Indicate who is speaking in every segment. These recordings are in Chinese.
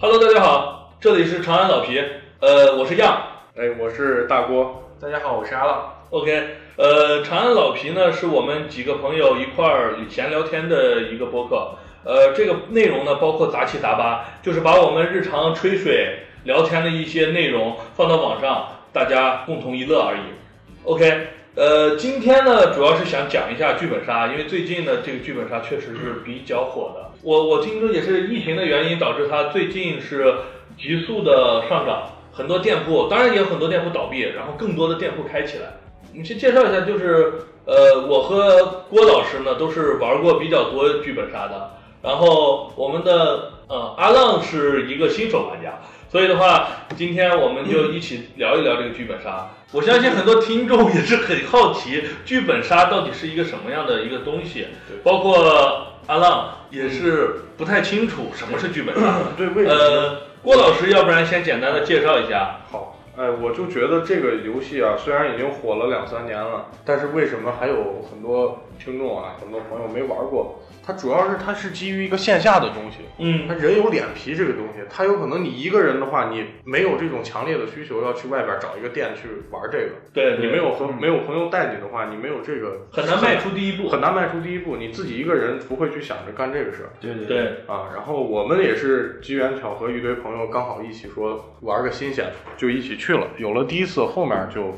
Speaker 1: Hello，大家好，这里是长安老皮，呃，我是样
Speaker 2: 哎，我是大郭。
Speaker 3: 大家好，我是阿浪。
Speaker 1: ，OK，呃，长安老皮呢是我们几个朋友一块儿闲聊天的一个播客，呃，这个内容呢包括杂七杂八，就是把我们日常吹水聊天的一些内容放到网上，大家共同一乐而已。OK，呃，今天呢主要是想讲一下剧本杀，因为最近呢这个剧本杀确实是比较火的。我我听说也是疫情的原因导致它最近是急速的上涨，很多店铺，当然也有很多店铺倒闭，然后更多的店铺开起来。我们先介绍一下，就是呃，我和郭老师呢都是玩过比较多剧本杀的，然后我们的呃阿浪是一个新手玩家，所以的话，今天我们就一起聊一聊这个剧本杀。我相信很多听众也是很好奇，剧本杀到底是一个什么样的一个东西
Speaker 2: 对，
Speaker 1: 包括阿浪也是不太清楚什么是剧本 杀。
Speaker 2: 对，为什么？
Speaker 1: 呃，郭老师，要不然先简单的介绍一下。
Speaker 2: 好，哎，我就觉得这个游戏啊，虽然已经火了两三年了，但是为什么还有很多听众啊，很多朋友没玩过？它主要是它是基于一个线下的东西，
Speaker 1: 嗯
Speaker 2: 它人有脸皮这个东西，它有可能你一个人的话，你没有这种强烈的需求要去外边找一个店去玩这个，
Speaker 1: 对，
Speaker 2: 你
Speaker 1: 对
Speaker 2: 没有
Speaker 3: 嗯
Speaker 2: 和没有朋友带你的话，你没有这个
Speaker 1: 很难迈出第一步。
Speaker 2: 很难迈出第一步，你自己一个人不会去想着干这个事儿。
Speaker 3: 对对，
Speaker 1: 对，
Speaker 2: 啊，然后我们也是机缘巧合，一堆朋友刚好一起说玩个新鲜的，就一起去了。有了第一次，后面就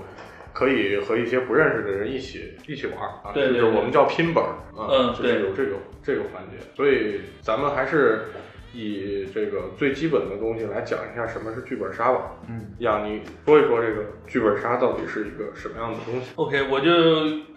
Speaker 2: 可以和一些不认识的人一起一起玩儿啊，
Speaker 1: 对对
Speaker 2: 就是
Speaker 1: 对
Speaker 2: 我们叫拼本儿啊，
Speaker 1: 嗯
Speaker 2: 就是有这种这个环节。所以咱们还是以这个最基本的东西来讲一下什么是剧本杀吧。
Speaker 3: 嗯，
Speaker 2: 呀，你说一说这个剧本杀到底是一个什么样的东西？
Speaker 1: OK，我就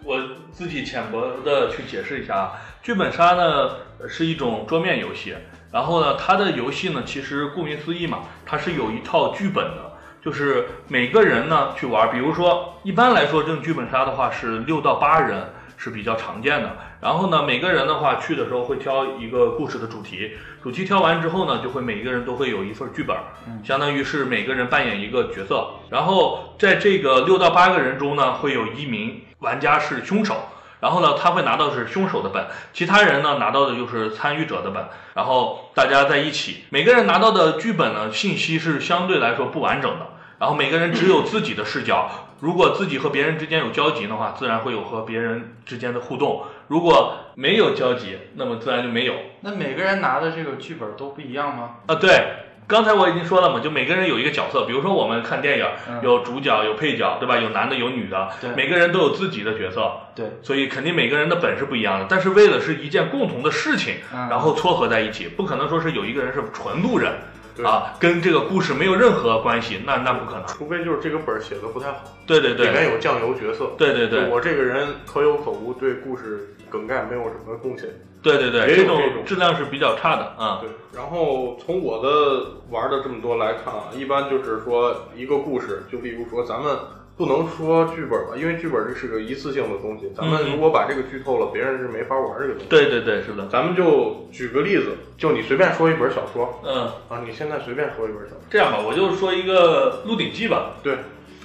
Speaker 1: 我自己浅薄的去解释一下啊，剧本杀呢是一种桌面游戏，然后呢，它的游戏呢其实顾名思义嘛，它是有一套剧本的，就是每个人呢去玩，比如说一般来说这种剧本杀的话是六到八人是比较常见的，然后呢每个人的话去的时候会挑一个故事的主题，主题挑完之后呢，就会每一个人都会有一份剧本，相当于是每个人扮演一个角色。然后在这个六到八个人中呢，会有一名玩家是凶手，然后呢，他会拿到是凶手的本，其他人呢拿到的就是参与者的本。然后大家在一起，每个人拿到的剧本呢信息是相对来说不完整的，然后每个人只有自己的视角。如果自己和别人之间有交集的话，自然会有和别人之间的互动；如果没有交集，那么自然就没有。
Speaker 3: 那每个人拿的这个剧本都不一样吗？
Speaker 1: 啊，对，刚才我已经说了嘛，就每个人有一个角色，比如说我们看电影
Speaker 3: 嗯
Speaker 1: 有主角有配角，对吧？有男的有女的，
Speaker 3: 对
Speaker 1: 每个人都有自己的角色，
Speaker 3: 对，
Speaker 1: 所以肯定每个人的本是不一样的。但是为了是一件共同的事情，
Speaker 3: 嗯
Speaker 1: 然后撮合在一起，不可能说是有一个人是纯路人
Speaker 2: 对
Speaker 1: 啊，跟这个故事没有任何关系，那那不可能。
Speaker 2: 除非就是这个本儿写的不太好，
Speaker 1: 对对
Speaker 2: 里面
Speaker 1: 对，
Speaker 2: 有酱油角色。
Speaker 1: 对对对
Speaker 2: 我这个人可有可无，对故事梗概没有什么贡献。
Speaker 1: 对对对，这
Speaker 2: 也有这
Speaker 1: 种
Speaker 2: 种
Speaker 1: 质量是比较差的啊。
Speaker 2: 对，然后从我的玩的这么多来看啊，一般就是说一个故事，就例如说咱们不能说剧本吧，因为剧本这是个一次性的东西，咱们
Speaker 1: 嗯
Speaker 2: 如果把这个剧透了，别人是没法玩这个东西。
Speaker 1: 对对对，是的，
Speaker 2: 咱们就举个例子，就你随便说一本小说
Speaker 1: 嗯，
Speaker 2: 啊，你现在随便说一本小说，
Speaker 1: 这样吧，我就说一个《鹿鼎记》吧。
Speaker 2: 对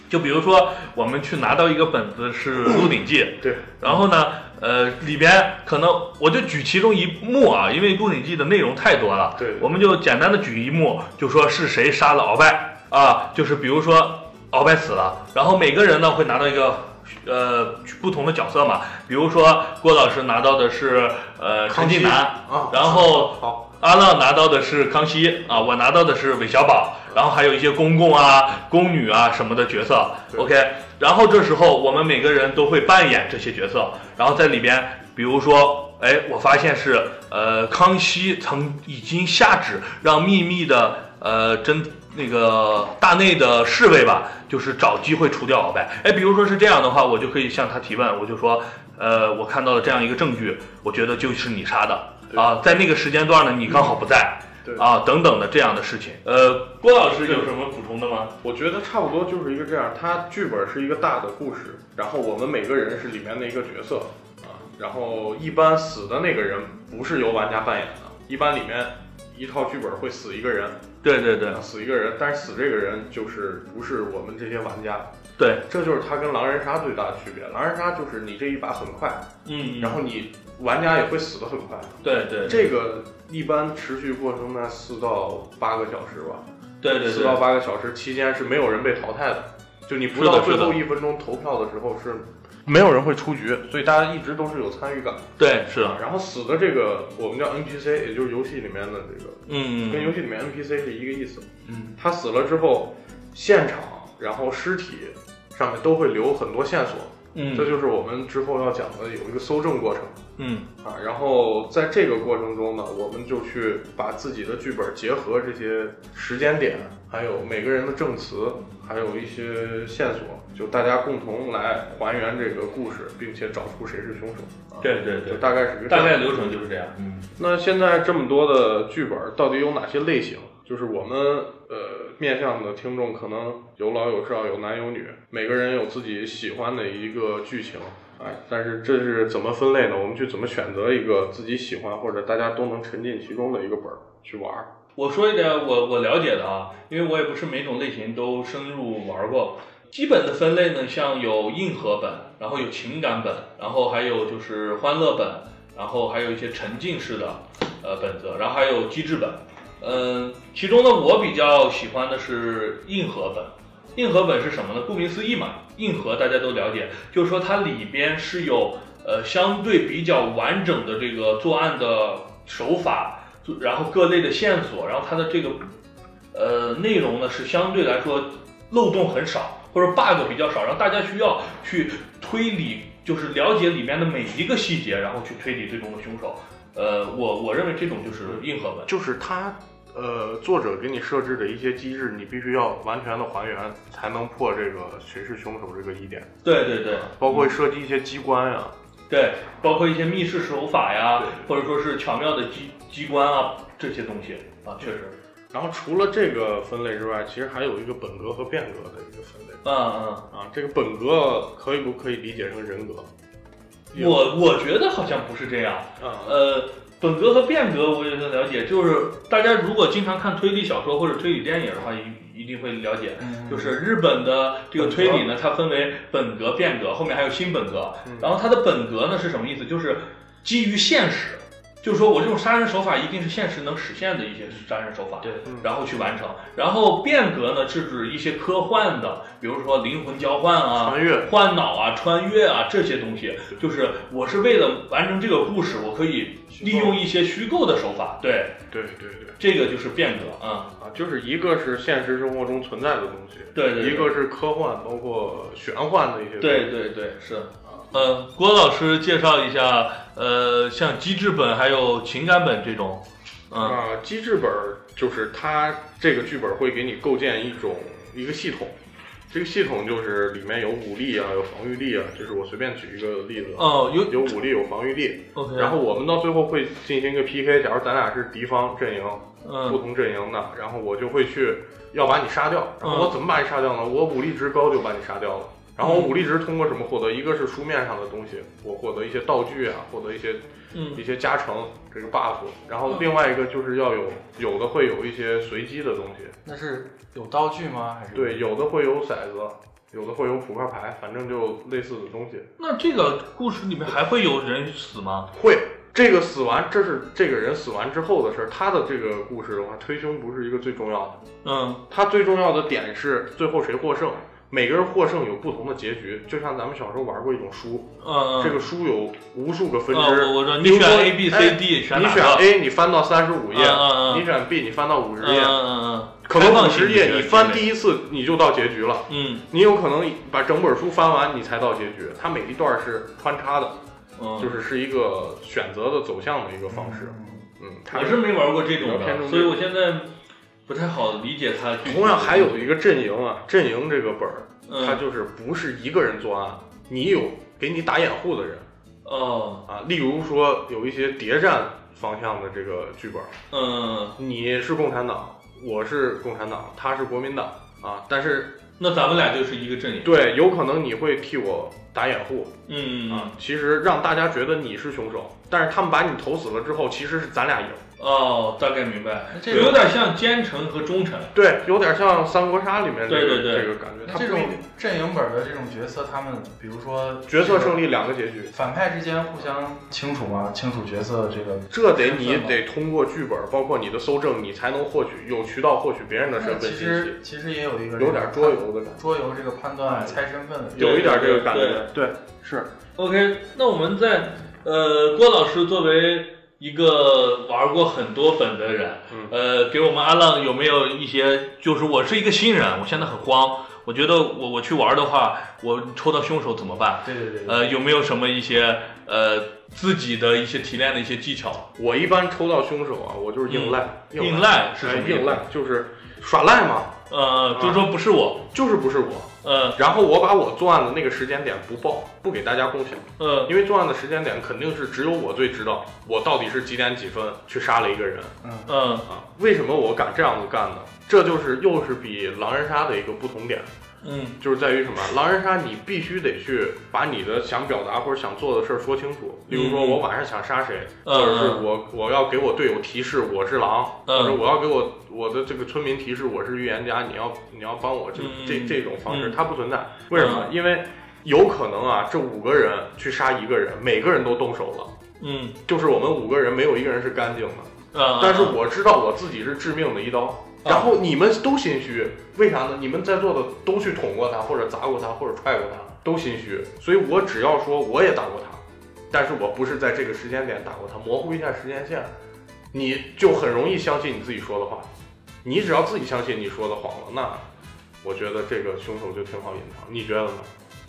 Speaker 1: 就比如说，我们去拿到一个本子是《鹿鼎记》，
Speaker 2: 对，
Speaker 1: 然后呢，呃，里边可能我就举其中一幕啊，因为《鹿鼎记》的内容太多了，
Speaker 2: 对
Speaker 1: 我们就简单的举一幕，就说是谁杀了鳌拜啊，就是比如说鳌拜死了，然后每个人呢会拿到一个。呃，不同的角色嘛，比如说郭老师拿到的是呃陈
Speaker 2: 康熙
Speaker 1: 近南，
Speaker 2: 啊，
Speaker 1: 然后
Speaker 2: 好，
Speaker 1: 阿浪拿到的是康熙啊，我拿到的是韦小宝，然后还有一些公公啊、宫女啊什么的角色。
Speaker 2: 对
Speaker 1: OK，然后这时候我们每个人都会扮演这些角色，然后在里边，比如说，哎，我发现是呃，康熙曾已经下旨让秘密的呃真那个大内的侍卫吧，就是找机会除掉鳌拜。哎，比如说是这样的话，我就可以向他提问，我就说，呃，我看到了这样一个证据，我觉得就是你杀的。
Speaker 2: 对
Speaker 1: 啊，在那个时间段呢，你刚好不在，
Speaker 2: 对
Speaker 1: 啊，等等的这样的事情。呃，郭老师有什么补充的吗？
Speaker 2: 我觉得差不多就是一个这样，它剧本是一个大的故事，然后我们每个人是里面的一个角色啊，然后一般死的那个人不是由玩家扮演的，一般里面一套剧本会死一个人，
Speaker 1: 对对对
Speaker 2: 死一个人，但是死这个人就是不是我们这些玩家，
Speaker 1: 对，
Speaker 2: 这就是它跟狼人杀最大的区别。狼人杀就是你这一把很快，
Speaker 1: 嗯，
Speaker 2: 然后你玩家也会死得很快，
Speaker 1: 对对
Speaker 2: 这个一般持续过程在四到八个小时吧，
Speaker 1: 对对
Speaker 2: 四到
Speaker 1: 对，
Speaker 2: 八个小时期间是没有人被淘汰的，就你不
Speaker 1: 是的
Speaker 2: 到最
Speaker 1: 是的
Speaker 2: 后一分钟投票的时候是没有人会出局，所以大家一直都是有参与感。
Speaker 1: 对是的，
Speaker 2: 然后死的这个我们叫 NPC，也就是游戏里面的这个，
Speaker 1: 嗯，
Speaker 2: 跟游戏里面 NPC 是一个意思。
Speaker 3: 嗯，
Speaker 2: 他死了之后，现场然后尸体上面都会留很多线索，
Speaker 1: 嗯，
Speaker 2: 这就是我们之后要讲的有一个搜证过程。
Speaker 1: 嗯
Speaker 2: 啊，然后在这个过程中呢，我们就去把自己的剧本结合这些时间点，还有每个人的证词，还有一些线索，就大家共同来还原这个故事，并且找出谁是凶手。啊、
Speaker 1: 对对对
Speaker 2: 就大概是一个这
Speaker 1: 大
Speaker 2: 样
Speaker 1: 概流程就是这样，嗯
Speaker 2: 那现在这么多的剧本到底有哪些类型？就是我们呃面向的听众可能有老有少，有男有女，每个人有自己喜欢的一个剧情。哎，但是这是怎么分类呢？我们去怎么选择一个自己喜欢或者大家都能沉浸其中的一个本儿去玩儿？
Speaker 1: 我说一点我我了解的啊，因为我也不是每种类型都深入玩过。基本的分类呢，像有硬核本，然后有情感本，然后还有就是欢乐本，然后还有一些沉浸式的呃本子，然后还有机制本。嗯，其中呢，我比较喜欢的是硬核本。硬核本是什么呢？顾名思义嘛，硬核大家都了解，就是说它里边是有呃相对比较完整的这个作案的手法，就然后各类的线索，然后它的这个呃内容呢是相对来说漏洞很少，或者 bug 比较少，然后大家需要去推理，就是了解里面的每一个细节，然后去推理最终的凶手。呃，我我认为这种就是硬核本。
Speaker 2: 就是它呃作者给你设置的一些机制，你必须要完全的还原，才能破这个谁是凶手这个疑点，
Speaker 1: 对对对
Speaker 2: 包括设计一些机关啊呀、
Speaker 1: 对，包括一些密室手法呀
Speaker 2: 对，
Speaker 1: 或者说是巧妙的机机关啊这些东西啊，确实，
Speaker 2: 然后除了这个分类之外，其实还有一个本格和变革的一个分类
Speaker 1: 嗯
Speaker 2: 啊。这个本格可以不可以理解成人格？
Speaker 1: 嗯，我我觉得好像不是这样。
Speaker 2: 啊，
Speaker 1: 呃，本格和变革我有些了解，就是大家如果经常看推理小说或者推理电影的话，一一定会了解，
Speaker 3: 嗯
Speaker 1: 就是日本的这个推理呢，它分为本格、变革，后面还有新本格。然后它的本格呢是什么意思？就是基于现实，就是说我这种杀人手法一定是现实能实现的一些杀人手法。
Speaker 3: 对，
Speaker 1: 然后去完成，然后变革呢是指一些科幻的，比如说灵魂交换啊，
Speaker 2: 穿越
Speaker 1: 换脑啊、穿越啊这些东西，就是我是为了完成这个故事，我可以利用一些虚构的手法，对，
Speaker 2: 对对对
Speaker 1: 这个就是变革啊、
Speaker 2: 啊，就是一个是现实生活中存在的东西，
Speaker 1: 对对对
Speaker 2: 一个是科幻，包括玄幻的一些，
Speaker 1: 嗯，对对对，是。呃，郭老师介绍一下，呃，像机制本还有情感本这种，嗯
Speaker 2: 啊，机制本儿就是它这个剧本会给你构建一种一个系统，这个系统就是里面有武力啊，有防御力啊，就是我随便举一个例子，啊
Speaker 1: 哦，有
Speaker 2: 有武力，有防御力，
Speaker 1: OK，
Speaker 2: 嗯然后我们到最后会进行一个 PK，假如咱俩是敌方阵营，不
Speaker 1: 嗯
Speaker 2: 同阵营的，然后我就会去要把你杀掉。
Speaker 1: 嗯
Speaker 2: 然后我怎么把你杀掉呢？我武力值高就把你杀掉了。然
Speaker 1: 嗯
Speaker 2: 后我武力值通过什么获得？一个是书面上的东西，我获得一些道具啊，获得一些
Speaker 1: 嗯
Speaker 2: 一些加成这个 buff。然后另外一个就是要有有的会有一些随机的东西，
Speaker 3: 那是有道具吗？还是
Speaker 2: 对，有的会有骰子，有的会有扑克牌，反正就类似的东西。
Speaker 1: 那这个故事里面还会有人死吗？
Speaker 2: 会，这个死完，这是这个人死完之后的事儿。他的这个故事的话，推凶不是一个最重要的，
Speaker 1: 嗯
Speaker 2: 他最重要的点是最后谁获胜。每个人获胜有不同的结局，就像咱们小时候玩过一种书，
Speaker 1: 嗯，
Speaker 2: 这个书有无数个分
Speaker 1: 啊，
Speaker 2: 支。
Speaker 1: 我我知道你
Speaker 2: 比如
Speaker 1: 选
Speaker 2: 说
Speaker 1: A B C
Speaker 2: 哎
Speaker 1: D 选
Speaker 2: 你
Speaker 1: 哪
Speaker 2: 选
Speaker 1: 个？
Speaker 2: A，你翻到三十五
Speaker 1: 嗯
Speaker 2: 页；
Speaker 1: 嗯嗯
Speaker 2: 你选 B，你翻到五十
Speaker 1: 嗯
Speaker 2: 页。
Speaker 1: 嗯嗯，
Speaker 2: 可能
Speaker 1: 放
Speaker 2: 五十页你翻第
Speaker 1: 一，
Speaker 2: 一次你就到结局了，
Speaker 1: 嗯
Speaker 2: 你有可能把整本书翻完你才到结局。它每一段是穿插的，
Speaker 1: 嗯，
Speaker 2: 就是是一个选择的走向的一个方式。嗯，它
Speaker 1: 我是没玩过这种
Speaker 2: 比较偏重
Speaker 1: 的，
Speaker 2: 这
Speaker 1: 所以我现在不太好理解它。
Speaker 2: 同样还有一个阵营啊，阵营这个本儿，
Speaker 1: 嗯
Speaker 2: 它就是不是一个人作案，你有给你打掩护的人
Speaker 1: 哦，
Speaker 2: 啊。例如说有一些谍战方向的这个剧本，
Speaker 1: 嗯，
Speaker 2: 你是共产党，我是共产党，他是国民党啊。但是
Speaker 1: 那咱们俩就是一个阵营。
Speaker 2: 对，有可能你会替我打掩护啊
Speaker 1: 嗯，
Speaker 2: 啊，其实让大家觉得你是凶手，但是他们把你投死了之后，其实是咱俩赢。
Speaker 1: 嗯哦，大概明白
Speaker 3: 那，这种
Speaker 1: 有点像奸臣和忠臣。
Speaker 2: 对，有点像《三国杀》里面这个
Speaker 1: 对对对
Speaker 2: 这个感觉，它
Speaker 3: 这
Speaker 2: 不一
Speaker 3: 种
Speaker 2: 定
Speaker 3: 阵营本的这种角色，他们比如说
Speaker 2: 角色胜
Speaker 3: 利，
Speaker 2: 利两个结局，
Speaker 3: 反派之间互相清楚吗？清楚角色这个
Speaker 2: 这得
Speaker 3: 身
Speaker 2: 你
Speaker 3: 份吗
Speaker 2: 得通过剧本，包括你的搜证，你才能获取有渠道获取别人的身
Speaker 3: 那
Speaker 2: 份
Speaker 3: 其
Speaker 2: 信息，
Speaker 3: 实其实也有一个
Speaker 2: 有点桌游的感
Speaker 3: 桌游这个判断猜身份的这
Speaker 2: 觉，
Speaker 3: 个，
Speaker 2: 有一点这个感
Speaker 1: 对
Speaker 2: 觉，对，是
Speaker 1: OK，那我们在呃，郭老师作为一个玩过很多本的人，
Speaker 2: 嗯
Speaker 1: 呃，给我们阿浪有没有一些，就是我是一个新人，我现在很慌，我觉得我我去玩的话，我抽到凶手怎么办？
Speaker 3: 对对对对，
Speaker 1: 呃，有没有什么一些呃自己的一些提炼的一些技巧？
Speaker 2: 我一般抽到凶手啊，我就是硬赖，
Speaker 1: 硬
Speaker 2: 赖
Speaker 1: 赖是
Speaker 2: 哎
Speaker 1: 什么？
Speaker 2: 硬。赖就是耍赖嘛，
Speaker 1: 呃，就是说不是我，
Speaker 2: 就是不是我。
Speaker 1: 呃
Speaker 2: 然后我把我作案的那个时间点不报，不给大家共享，
Speaker 1: 呃，
Speaker 2: 因为作案的时间点肯定是只有我最知道，我到底是几点几分去杀了一个人
Speaker 3: 嗯，
Speaker 1: 嗯
Speaker 2: 啊？为什么我敢这样子干呢？这就是又是比狼人杀的一个不同点，
Speaker 1: 嗯
Speaker 2: 就是在于什么？狼人杀你必须得去把你的想表达或者想做的事儿说清楚，比如说
Speaker 1: 嗯
Speaker 2: 我晚上想杀谁，
Speaker 1: 嗯
Speaker 2: 或者是我我要给我队友提示我是狼，
Speaker 1: 嗯
Speaker 2: 或者我要给我我的这个村民提示我是预言家，你要你要帮我这、
Speaker 1: 嗯
Speaker 2: 这这种方式、
Speaker 1: 嗯
Speaker 2: 它不存在，为什么？因为有可能啊，这五个人去杀一个人，每个人都动手了。
Speaker 1: 嗯
Speaker 2: 就是我们五个人没有一个人是干净的，
Speaker 1: 呃，
Speaker 2: 但是我知道我自己是致命的一刀，然后你们都心虚，为啥呢？你们在座的都去捅过他，或者砸过他，或者踹过他，都心虚，所以我只要说我也打过他，但是我不是在这个时间点打过他，模糊一下时间线，你就很容易相信你自己说的话，你只要自己相信你说的谎了，那我觉得这个凶手就挺好隐藏，你觉得呢？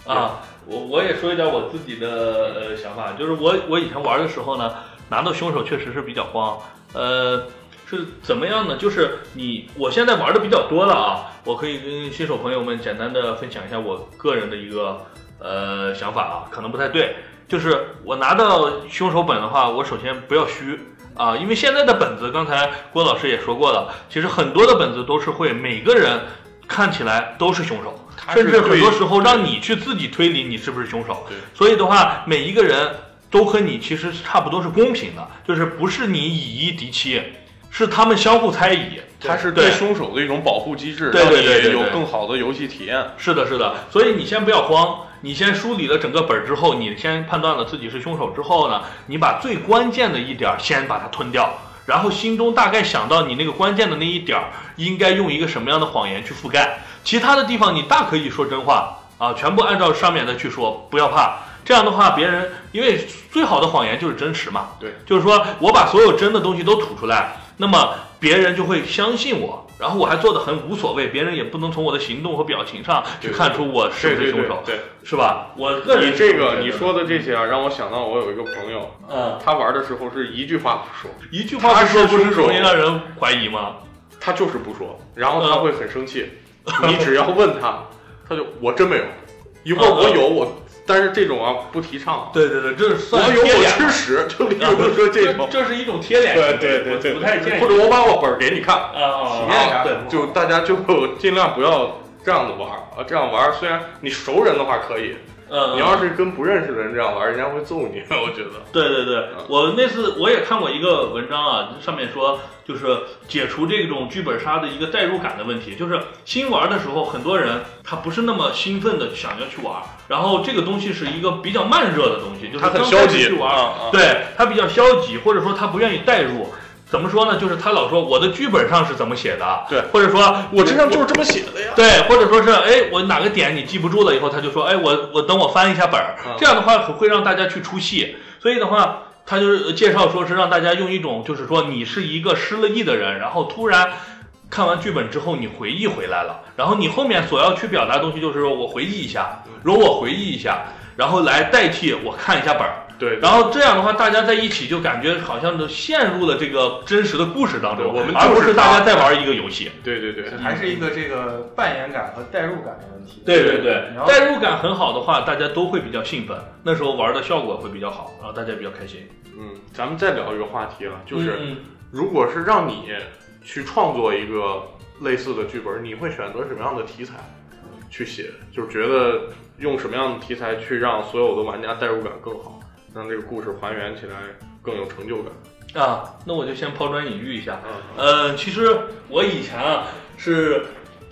Speaker 1: 啊，我我也说一点我自己的呃想法，就是我我以前玩的时候呢，拿到凶手确实是比较慌，呃，是怎么样呢？就是你我现在玩的比较多了啊，我可以跟新手朋友们简单的分享一下我个人的一个呃想法啊，可能不太对，就是我拿到凶手本的话，我首先不要虚。啊，因为现在的本子，刚才郭老师也说过了，其实很多的本子都是会每个人看起来都是凶手，
Speaker 2: 他
Speaker 1: 甚至很
Speaker 2: 对
Speaker 1: 多时候让你去自己推理你是不是凶手
Speaker 2: 对。
Speaker 1: 所以的话，每一个人都和你其实是差不多是公平的，就是不是你以一敌七，是他们相互猜疑。
Speaker 2: 他是
Speaker 1: 对
Speaker 2: 对凶手的一种保护机制，
Speaker 1: 对
Speaker 2: 让
Speaker 1: 对对
Speaker 2: 你
Speaker 1: 对
Speaker 2: 有
Speaker 1: 对
Speaker 2: 更好的游戏体验。
Speaker 1: 是的，是的。所以你先不要慌，你先梳理了整个本儿之后，你先判断了自己是凶手之后呢，你把最关键的一点儿先把它吞掉。然后心中大概想到你那个关键的那一点儿，应该用一个什么样的谎言去覆盖，其他的地方你大可以说真话啊，全部按照上面的去说，不要怕。这样的话，别人因为最好的谎言就是真实嘛，
Speaker 2: 对，
Speaker 1: 就是说我把所有真的东西都吐出来，那么别人就会相信我，然后我还做的很无所谓，别人也不能从我的行动和表情上去
Speaker 2: 对
Speaker 1: 看出我是
Speaker 2: 对
Speaker 1: 不是
Speaker 2: 对
Speaker 1: 凶
Speaker 2: 对
Speaker 1: 手，
Speaker 2: 对，
Speaker 1: 是吧？我个人是
Speaker 2: 你这
Speaker 1: 么觉
Speaker 2: 个
Speaker 1: 得
Speaker 2: 你
Speaker 1: 的，
Speaker 2: 说的这些啊，让我想到我有一个朋友，
Speaker 1: 嗯，
Speaker 2: 他玩的时候是一句话不说，
Speaker 1: 一句话
Speaker 2: 他
Speaker 1: 不说
Speaker 2: 是
Speaker 1: 不是
Speaker 2: 凶手
Speaker 1: 容易让人怀疑吗？啊
Speaker 2: 他就是不说，然后他会很生气。你只要问他，他就我真没有，一会
Speaker 1: 嗯
Speaker 2: 儿
Speaker 1: 嗯
Speaker 2: 我有我，但是这种啊不提倡啊。
Speaker 1: 对对对，这是
Speaker 2: 我
Speaker 1: 算
Speaker 2: 有
Speaker 1: 贴
Speaker 2: 我
Speaker 1: 脸
Speaker 2: 吃屎，就例如说这种。
Speaker 1: 这是一种贴脸行为，
Speaker 2: 对对对对，
Speaker 1: 我不太建议
Speaker 2: 或者我把我本儿给你看，
Speaker 1: 啊啊
Speaker 3: 体验一下
Speaker 1: 对，
Speaker 2: 就大家就 尽量不要这样子玩儿啊。这样玩儿虽然你熟人的话可以，
Speaker 1: 嗯，
Speaker 2: 你要是跟不认识的人这样玩，人家会揍你， 我觉得。
Speaker 1: 对对对
Speaker 2: 嗯，
Speaker 1: 我那次我也看过一个文章啊，上面说就是解除这种剧本杀的一个代入感的问题，就是新玩的时候，很多人他不是那么兴奋的想要去玩，然后这个东西是一个比较慢热的东西，就是
Speaker 2: 他很
Speaker 1: 刚
Speaker 2: 消
Speaker 1: 开始
Speaker 2: 极
Speaker 1: 去，玩，
Speaker 2: 啊
Speaker 1: 对他比较消极，或者说他不愿意代入。怎么说呢？就是他老说我的剧本上是怎么写的，
Speaker 2: 对，
Speaker 1: 或者说
Speaker 2: 我身上就是这么写的呀。
Speaker 1: 对，或者说是哎，我哪个点你记不住了以后，他就说哎，我我等我翻一下本儿
Speaker 2: 嗯，
Speaker 1: 这样的话很会让大家去出戏。所以的话，他就是介绍说是让大家用一种就是说你是一个失了忆的人，然后突然。看完剧本之后，你回忆回来了，然后你后面所要去表达的东西就是说我回忆一下
Speaker 2: 嗯，
Speaker 1: 容我回忆一下，然后来代替我看一下本儿，
Speaker 2: 对，
Speaker 1: 然后这样的话，大家在一起就感觉好像都陷入了这个真实的故事当中，
Speaker 2: 对我们
Speaker 1: 而
Speaker 2: 就
Speaker 1: 不
Speaker 2: 是
Speaker 1: 是大
Speaker 2: 他
Speaker 1: 家在玩一个游戏。
Speaker 2: 对对对，
Speaker 3: 还是一个这个扮演感和代入感的问题。
Speaker 1: 对对对
Speaker 3: 然，后
Speaker 1: 代入感很好的话，大家都会比较兴奋，那时候玩的效果会比较好，然后大家比较开心。
Speaker 2: 嗯，咱们再聊一个话题啊，就是
Speaker 1: 嗯
Speaker 2: 如果是让你去创作一个类似的剧本，你会选择什么样的题材去写？就是觉得用什么样的题材去让所有的玩家代入感更好，让这个故事还原起来更有成就感？
Speaker 1: 啊，那我就先抛砖引玉一下。
Speaker 2: 嗯
Speaker 1: 呃，其实我以前啊是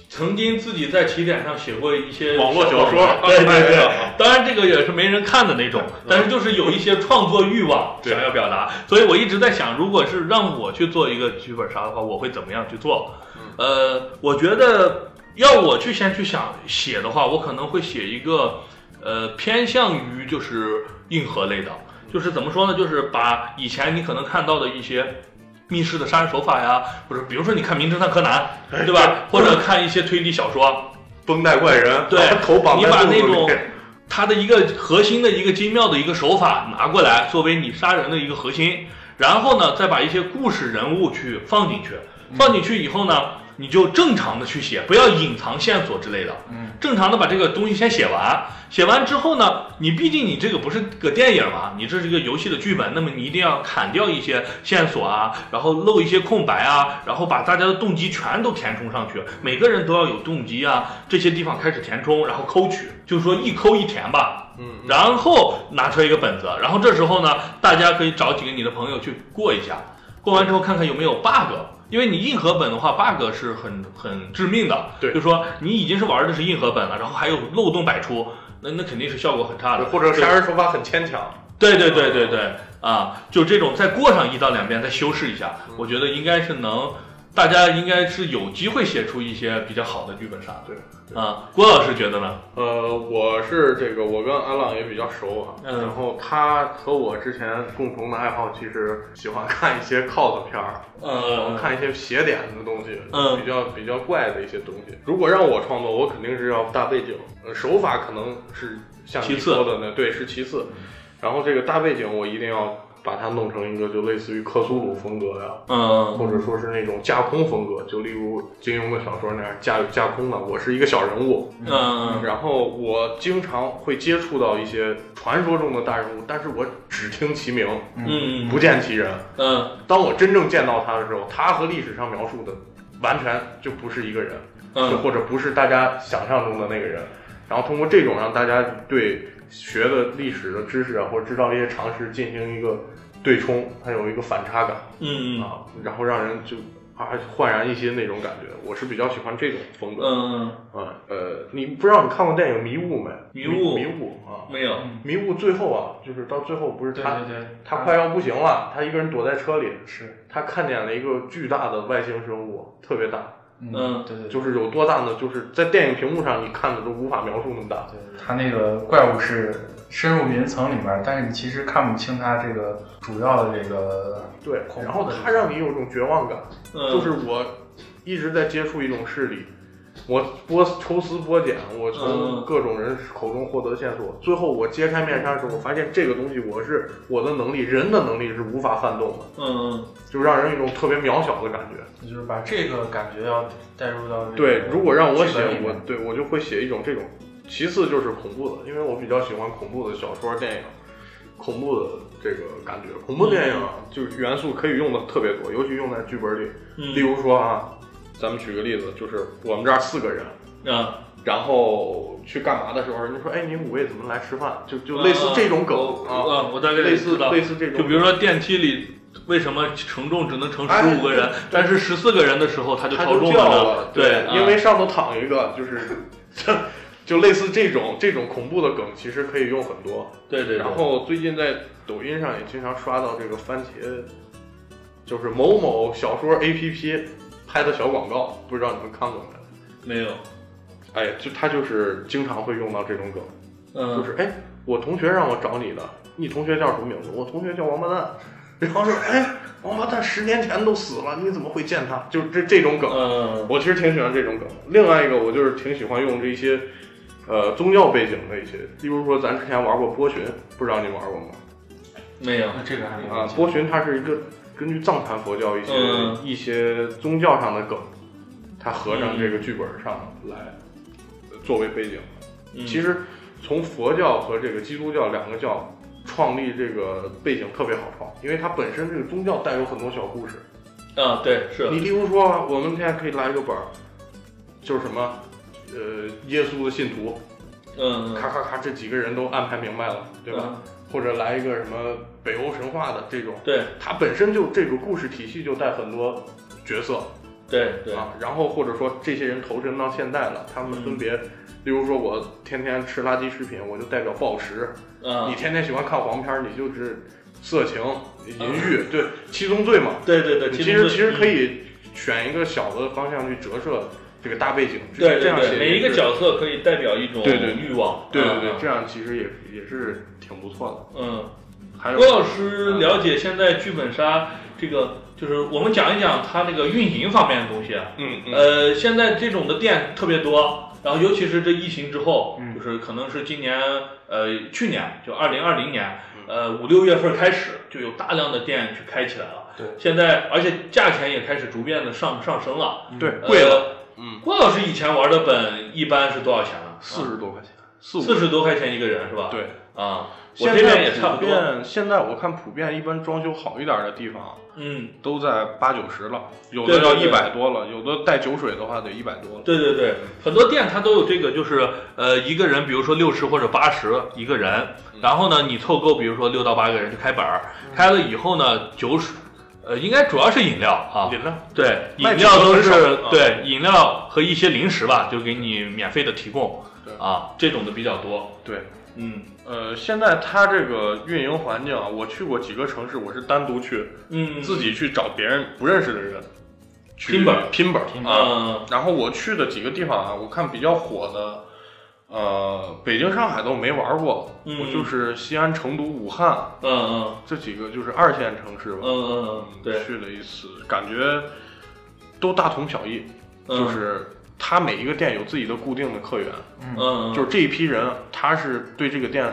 Speaker 1: 曾经自己在起点上写过一些
Speaker 2: 网络
Speaker 1: 小
Speaker 2: 小说
Speaker 1: 对对对
Speaker 2: 啊，
Speaker 1: 当然这个也是没人看的那种，但是就是有一些创作欲望
Speaker 2: 嗯对
Speaker 1: 想要表达，所以我一直在想，如果是让我去做一个剧本杀的话，我会怎么样去做？
Speaker 2: 嗯
Speaker 1: 呃，我觉得要我去先去想写的话，我可能会写一个呃偏向于就是硬核类的，就是怎么说呢，就是把以前你可能看到的一些。密室的杀人手法呀，或者比如说你看《名侦探柯南》，对吧？或者看一些推理小说，
Speaker 2: 绷带怪人，
Speaker 1: 对
Speaker 2: 把头绑
Speaker 1: 你
Speaker 2: 在
Speaker 1: 把
Speaker 2: 肚子
Speaker 1: 那
Speaker 2: 里
Speaker 1: 种它的一个核心的一个精妙的一个手法拿过来，作为你杀人的一个核心，然后呢，再把一些故事人物去放进去，
Speaker 3: 嗯
Speaker 1: 放进去以后呢，你就正常的去写，不要隐藏线索之类的，
Speaker 3: 嗯，
Speaker 1: 正常的把这个东西先写完，写完之后呢，你毕竟你这个不是个电影嘛，你这是一个游戏的剧本，那么你一定要砍掉一些线索啊，然后漏一些空白啊，然后把大家的动机全都填充上去，每个人都要有动机啊，这些地方开始填充，然后抠取，就是说一抠一填吧，
Speaker 2: 嗯，
Speaker 1: 然后拿出来一个本子，然后这时候呢，大家可以找几个你的朋友去过一下，过完之后看看有没有 bug，因为你硬核本的话，bug 是很很致命的，
Speaker 2: 对
Speaker 1: 就是说你已经是玩的是硬核本了，然后还有漏洞百出，那那肯定是效果很差的，
Speaker 2: 或者
Speaker 1: 嗯对
Speaker 2: 杀人手法很牵强，
Speaker 1: 对对对对对啊，就这种再过上一到两遍，再修饰一下
Speaker 2: 嗯，
Speaker 1: 我觉得应该是能，大家应该是有机会写出一些比较好的剧本杀。
Speaker 2: 对
Speaker 1: 啊，郭老师觉得呢？
Speaker 2: 呃，我是这个，我跟阿浪也比较熟啊。
Speaker 1: 嗯
Speaker 2: 然后他和我之前共同的爱好就是喜欢看一些 cos 片儿，
Speaker 1: 呃
Speaker 2: 看一些邪点的东西，
Speaker 1: 嗯
Speaker 2: 比较比较怪的一些东西。如果让我创作，我肯定是要大背景，呃手法可能是像
Speaker 1: 其
Speaker 2: 你
Speaker 1: 次嗯
Speaker 2: 说的那对是其次，然后这个大背景我一定要把它弄成一个就类似于克苏鲁风格呀、
Speaker 1: 嗯
Speaker 2: 或者说是那种架空风格，就例如金庸的小说那样架架空的，我是一个小人物，
Speaker 1: 嗯
Speaker 2: 然后我经常会接触到一些传说中的大人物，但是我只听其名，
Speaker 1: 嗯
Speaker 2: 不见其人。
Speaker 1: 嗯。
Speaker 2: 当我真正见到他的时候，他和历史上描述的完全就不是一个人，就
Speaker 1: 嗯
Speaker 2: 或者不是大家想象中的那个人。然后通过这种让大家对学的历史的知识啊，或者知道一些常识进行一个对冲，它有一个反差感
Speaker 1: 嗯
Speaker 2: 啊，然后让人就啊焕啊然一新那种感觉。我是比较喜欢这种风格。
Speaker 1: 嗯，
Speaker 2: 啊，呃，你不知道你看过电影《迷雾》没？
Speaker 1: 迷雾
Speaker 2: 迷雾啊，
Speaker 1: 嗯没有，
Speaker 2: 迷雾最后啊，就是到最后不是
Speaker 3: 对
Speaker 2: 他
Speaker 3: 对对，
Speaker 2: 他快要不行了，他一个人躲在车里，
Speaker 3: 啊是，
Speaker 2: 他看见了一个巨大的外星生物，特别大，
Speaker 1: 嗯
Speaker 3: 对对对，
Speaker 2: 就是有多大呢？就是在电影屏幕上你看的都无法描述那么大。
Speaker 3: 对他那个怪物是深入云层里面，但是你其实看不清他这个主要的这个，
Speaker 2: 对，
Speaker 3: 恐怖的
Speaker 2: 然后
Speaker 3: 那
Speaker 2: 他
Speaker 3: 种
Speaker 2: 让你有一种绝望感，
Speaker 1: 嗯
Speaker 2: 就是我一直在接触一种势力，我拨抽丝剥茧，我
Speaker 1: 嗯
Speaker 2: 从各种人口中获得线索，最后我揭开面纱的时候，我发现这个东西我是我的能力，人的能力是无法撼动的，
Speaker 1: 嗯
Speaker 2: 就让人一种特别渺小的感觉。
Speaker 3: 就是把这个感觉要带入到这个
Speaker 2: 对，如果让我
Speaker 3: 嗯剧
Speaker 2: 写
Speaker 3: 本里，面
Speaker 2: 我对我就会写一种这种。其次就是恐怖的，因为我比较喜欢恐怖的小说、电影，恐怖的这个感觉。恐怖电影啊就是元素可以用的特别多，尤其用在剧本里。
Speaker 1: 嗯，
Speaker 2: 例如说啊，咱们举个例子，就是我们这儿四个人，
Speaker 1: 啊，
Speaker 2: 然后去干嘛的时候，人家说，哎，你五位怎么来吃饭？就就类似这种梗啊，
Speaker 1: 啊啊，我大概
Speaker 2: 类似
Speaker 1: 知道
Speaker 2: 类似这种，
Speaker 1: 就比如说电梯里为什么承重只能乘
Speaker 2: 哎
Speaker 1: 十五个人，但是十四个人的时候它就
Speaker 2: 他
Speaker 1: 超
Speaker 2: 就
Speaker 1: 重
Speaker 2: 叫
Speaker 1: 了呢，
Speaker 2: 了，
Speaker 1: 对，
Speaker 2: 因
Speaker 1: 啊
Speaker 2: 为上头躺一个，就是就类似这种这种恐怖的梗，其实可以用很多。
Speaker 1: 对对，对
Speaker 2: 然后最近在抖音上也经常刷到这个番茄，就是某某小说 APP 拍的小广告，不知道你们看过没？
Speaker 1: 没有，
Speaker 2: 哎，就他就是经常会用到这种梗，就
Speaker 1: 嗯
Speaker 2: 是哎，我同学让我找你的，你同学叫什么名字？我同学叫王八蛋。 然后说，哎，王八蛋十年前都死了，你怎么会见他？就这这种梗，
Speaker 1: 嗯
Speaker 2: 我其实挺喜欢这种梗。另外一个，我就是挺喜欢用这些，呃，宗教背景的一些，例如说咱之前玩过波旬，不知道你玩过吗？
Speaker 1: 没有，
Speaker 3: 那这个还没
Speaker 2: 啊，波旬它是一个根据藏传佛教一些、
Speaker 1: 嗯
Speaker 2: 一些宗教上的梗，它合上这个剧本上来、呃作为背景。
Speaker 1: 嗯
Speaker 2: 其实从佛教和这个基督教两个教创立这个背景特别好创，因为它本身这个宗教带有很多小故事。
Speaker 1: 啊对是
Speaker 2: 你例如说，我们现在可以来一个本儿，就是什么，呃，耶稣的信徒，
Speaker 1: 嗯，
Speaker 2: 咔咔咔，这几个人都安排明白了，对吧？
Speaker 1: 嗯？
Speaker 2: 或者来一个什么北欧神话的这种，
Speaker 1: 对
Speaker 2: 它本身就这个故事体系就带很多角色
Speaker 1: 对对，
Speaker 2: 啊，然后或者说这些人投身到现代了，他们
Speaker 1: 嗯
Speaker 2: 分别，例如说我天天吃垃圾食品，我就代表暴食，
Speaker 1: 嗯嗯
Speaker 2: 你，天天喜欢看黄片儿，你就是色情、淫欲，对，七宗罪嘛。
Speaker 1: 对对对，
Speaker 2: 你其实
Speaker 1: 中
Speaker 2: 其实可以选一个小的方向去折射这个大背景，
Speaker 1: 嗯
Speaker 2: 这
Speaker 1: 对
Speaker 2: 这
Speaker 1: 对
Speaker 2: 样
Speaker 1: 对，
Speaker 2: 写
Speaker 1: 每一个
Speaker 2: 也是，
Speaker 1: 角色可以代表一种
Speaker 2: 对对
Speaker 1: 欲望，
Speaker 2: 对对对，
Speaker 1: 嗯
Speaker 2: 这样其实也也是挺不错
Speaker 1: 嗯。
Speaker 2: 的。还有
Speaker 1: 郭老师了解现在剧本杀这个，就是我们讲一讲它这个运营方面的东西啊。
Speaker 2: 嗯嗯
Speaker 1: 呃，现在这种的店特别多，然后尤其是这疫情之后，
Speaker 2: 嗯
Speaker 1: 就是可能是今年呃去年就二零二零年
Speaker 2: 嗯
Speaker 1: 呃五六月份开始就有大量的店去开起来了。
Speaker 3: 对
Speaker 1: 现在而且价钱也开始逐渐的上上升了，
Speaker 2: 对
Speaker 1: 呃
Speaker 2: 贵了，。嗯，
Speaker 1: 郭老师以前玩的本一般是多少钱呢？
Speaker 2: 四十多块钱，四五
Speaker 1: 四十多块钱一个人是吧？
Speaker 2: 对。
Speaker 1: 啊，我
Speaker 2: 现
Speaker 1: 这边
Speaker 2: 在
Speaker 1: 也差
Speaker 2: 普
Speaker 1: 不多。
Speaker 2: 遍，现在我看普遍一般装修好一点的地方
Speaker 1: 嗯，
Speaker 2: 都在八九十了，有
Speaker 1: 对
Speaker 2: 的
Speaker 1: 对
Speaker 2: 要
Speaker 1: 对
Speaker 2: 一百多了，有的带酒水的话得一百多了。
Speaker 1: 对对对，很多店它都有这个，就是呃一个人，比如说六十或者八十一个人，
Speaker 2: 嗯
Speaker 1: 然后呢你凑够，比如说六到八个人就开板儿，开了以后呢酒水，呃应该主要是饮料啊，
Speaker 2: 饮料
Speaker 1: 对，
Speaker 2: 卖
Speaker 1: 饮料
Speaker 2: 酒
Speaker 1: 都
Speaker 2: 很
Speaker 1: 是
Speaker 2: 少啊
Speaker 1: 对饮料和一些零食吧，就给你免费的提供
Speaker 2: 对，
Speaker 1: 啊，这种的比较多，
Speaker 2: 对，
Speaker 1: 嗯
Speaker 2: 呃，现在它这个运营环境啊，我去过几个城市，我是单独去，
Speaker 1: 嗯，
Speaker 2: 自己去找别人不认识的人去
Speaker 1: 拼本儿
Speaker 2: 拼本儿
Speaker 3: 拼本
Speaker 2: 啊。
Speaker 1: 嗯
Speaker 2: 然后我去的几个地方啊，我看比较火的，呃，北京、上海都没玩过，
Speaker 1: 嗯
Speaker 2: 我就是西安、成都、武汉
Speaker 1: 嗯嗯
Speaker 2: 这几个就是二线城市
Speaker 1: 嗯
Speaker 2: 吧，
Speaker 1: 嗯嗯，对，
Speaker 2: 去了一次，感觉都大同小异，
Speaker 1: 嗯
Speaker 2: 就是它每一个店有自己的固定的客源，
Speaker 1: 嗯嗯，
Speaker 2: 就是这一批人啊他是对这个店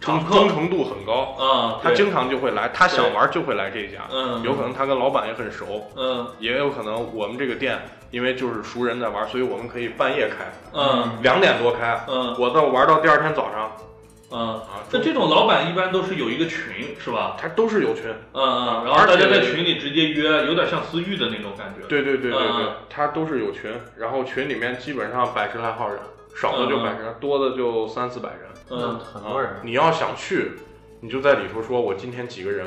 Speaker 2: 忠
Speaker 1: 常客
Speaker 2: 忠诚度很高。
Speaker 1: 啊，
Speaker 2: 他
Speaker 1: 对
Speaker 2: 经常就会来，他想玩就会来这家，
Speaker 1: 嗯
Speaker 2: 有可能他跟老板也很熟，
Speaker 1: 嗯
Speaker 2: 也有可能我们这个店因为就是熟人在玩，所以我们可以半夜开，
Speaker 1: 嗯
Speaker 2: 两点多开，
Speaker 1: 嗯
Speaker 2: 我到玩到第二天早上
Speaker 1: 嗯。
Speaker 2: 啊。
Speaker 1: 那这种老板一般都是有一个群是吧？
Speaker 2: 他都是有群，
Speaker 1: 嗯嗯，然
Speaker 2: 而
Speaker 1: 后大家
Speaker 2: 且
Speaker 1: 在群里直接约，有点像私域的那种感觉。
Speaker 2: 对对对对对
Speaker 1: 嗯，
Speaker 2: 他都是有群，然后群里面基本上百十来号人，少的就百十，多的就三四百人。
Speaker 1: 嗯，
Speaker 3: 很多人
Speaker 2: 啊，你要想去，你就在里头说我今天几个人，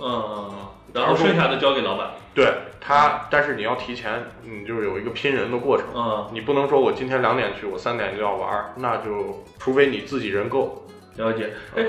Speaker 1: 嗯嗯嗯，然后剩下的交给老板。
Speaker 2: 对他，但是你要提前，你就是有一个拼人的过程。
Speaker 1: 嗯，
Speaker 2: 你不能说我今天两点去，我三点就要玩儿，那就除非你自己人够。
Speaker 1: 了解。哎，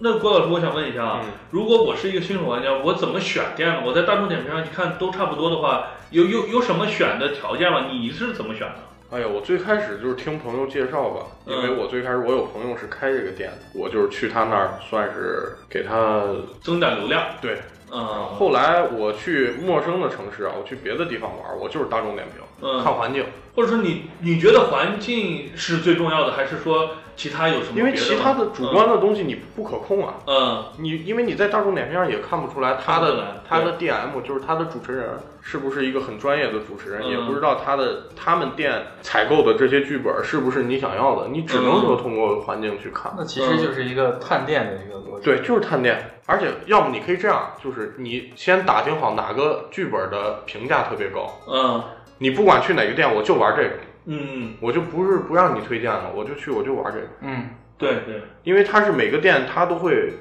Speaker 1: 那郭老师，我想问一下啊，
Speaker 2: 嗯
Speaker 1: 如果我是一个新手玩家，我怎么选店呢？我在大众点评上一看都差不多的话，有有有什么选的条件吗？你是怎么选的？
Speaker 2: 哎呀，我最开始就是听朋友介绍吧，
Speaker 1: 嗯
Speaker 2: 因为我最开始我有朋友是开这个店的，我就是去他那儿算是给他
Speaker 1: 增点流量。
Speaker 2: 对。
Speaker 1: 嗯
Speaker 2: 后来我去陌生的城市啊，我去别的地方玩儿，我就是大众点评，看
Speaker 1: 嗯，
Speaker 2: 环境，
Speaker 1: 或者说你你觉得环境是最重要的，还是说其他有什么别
Speaker 2: 因
Speaker 1: 的吗？
Speaker 2: 为其他的主观的东西你不可控啊。
Speaker 1: 嗯
Speaker 2: 你因为你在大众点评上也看不出来
Speaker 1: 看
Speaker 2: 他
Speaker 1: 不出来
Speaker 2: 的他的 DM 就是他的主持人是不是一个很专业的主持人，
Speaker 1: 嗯
Speaker 2: 也不知道他的他们店采购的这些剧本是不是你想要的，你只
Speaker 1: 嗯
Speaker 2: 能说通过环境去看。
Speaker 3: 那其实就是一个探店的一个逻辑。
Speaker 2: 对，就是探店，而且要么你可以这样，就是你先打听好哪个剧本的评价特别高，
Speaker 1: 嗯
Speaker 2: 你不管去哪个店，我就玩这个，
Speaker 1: 嗯，
Speaker 2: 我就不是不让你推荐了，我就去我就玩这个，
Speaker 3: 嗯，
Speaker 1: 对对，
Speaker 2: 因为它是每个店它都会